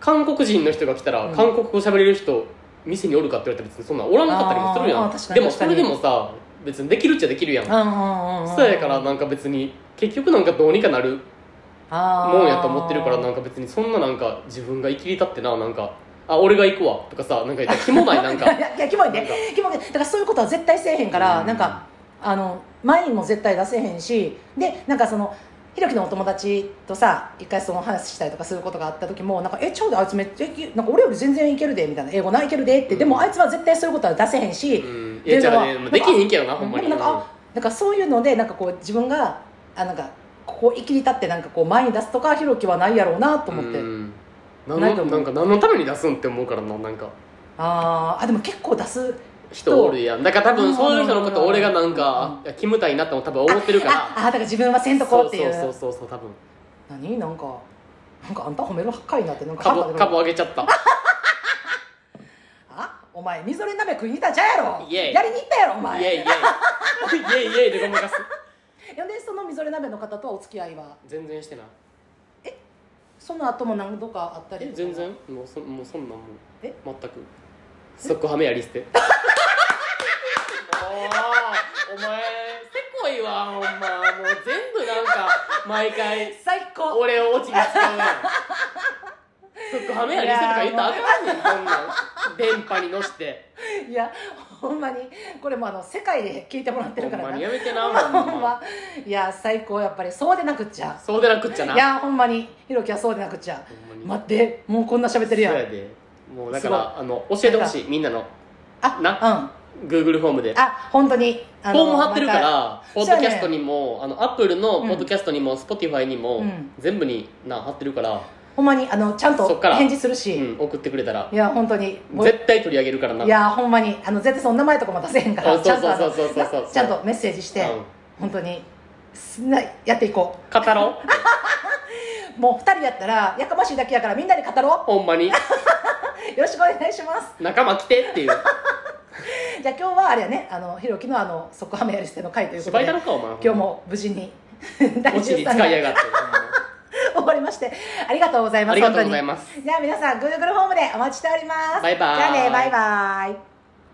韓国人の人が来たら
うん
韓国語喋れる人店におるかって言われたら別にそんなんおらんかったりもするや
あーあー確
ん
か
で
に
も
確か
そ
に
れでもさ別にできるっちゃできるやん
そ
そうやからなんか別に結局なんかどうにかなるもんやと思ってるからなんか
か
別にそんななんか自分が生きり立ってななんかあ俺が行くわとかさなんか言ったらキモないなんか
いやいやキモ
な
い
ん
ね
か
キモいねだからそういうことは絶対せえへんから、
うん
なんかあの前にも絶対出せへんしでなんかそのひろきのお友達とさ一回その話したりとかすることがあった時もなんかえちょうどあいつめっちゃいけなんか俺より全然いけるでみたいな英語ないけるでって、で
う
も
ん
あいつは絶対そういうことは出せへんし、
うんいやじゃあね
でも
できへんけどなほんま
で
に
もなんかあなんかそういうのでなんかこう自分があなんかここ生きり立ってなんかこう前に出すとかひろきはないやろうなと思って、
うん何
ないと
の
思う
なんか何のために出すんって思うからななんか
あーあでも結構出す
人おるやんだから多
うん
分そういう人のこと俺がなん
う
か
ん
いやキムタイになっても多分思ってるか
ああ
ら
ーだから自分はせんとこうっていう
そうそうそうそう多分
何なんかなんかあんた褒めるかいなってなんか
カ
腹
ボ
立
カ
てく
ボ
る
あげちゃった
あお前みぞれ鍋食いに行ったんちゃうやろ
イエイ
やりに行ったやろお
イ
前
エイイエイイエイイエイでごまかす
ほんでそのみぞれ鍋の方とはお付き合いは
全然してない
その後も何度かあったり
え
とか
全然もうそもうそんなんもう
え
全くそこはめやり捨て もうお前せこいわほんまもう全部なんか毎回
最高
俺をオチに使うやんそこはめやり捨てとか言ったらあかんねんこんなん電波に乗して
いやほんまにこれもあの世界で聞いてもらって
ほ
る
ん
から
ま
な
にやめてな
ほ
ほ
ん
んま
まいや最高やっぱりそうでなくっちゃ
そうでなくっちゃない
やほんまにひろきはそうでなくっちゃ
ほんまに
待ってもうこんな喋ってるやん
そうやでもうだか
す
らあの教えてほしいみんなの
あ
なグーグルフォームで
うんあ本当にフ
フォーム貼ってるか
あ
らポッドキャストにもあのアップルの
うん
ポッドキャストにも Spotify にも
うん
全部にな貼ってるから、
ほんまにあのちゃん
そ
と
っから
返事するし、
うん、送ってくれたら
いや本当にもう
絶対取り上げるからない
やほんまにあの絶対その名前とかも出せへんから
あ
ちゃんとあの
そうそうそうそうそう
なちゃんとメッセージして、
う
本当にすなやっていこ
ん、語ろう
うもう二人やったらやかましいだけやからみんなで語ろ
ほんまに
うよろしくお願いします
仲間来て っていう
じゃあ今日はあれやねあのひろきのあの即ハメやり捨ての回ということ
芝居
で
だろかお前
今日も無事に第
落ちに
13
使いや
回
がって
終わりましてありがとうございます
ありがとうございます
本当にじゃあ皆さん Google ホームでお待ちしております
バイバイ
じゃあねバイバイ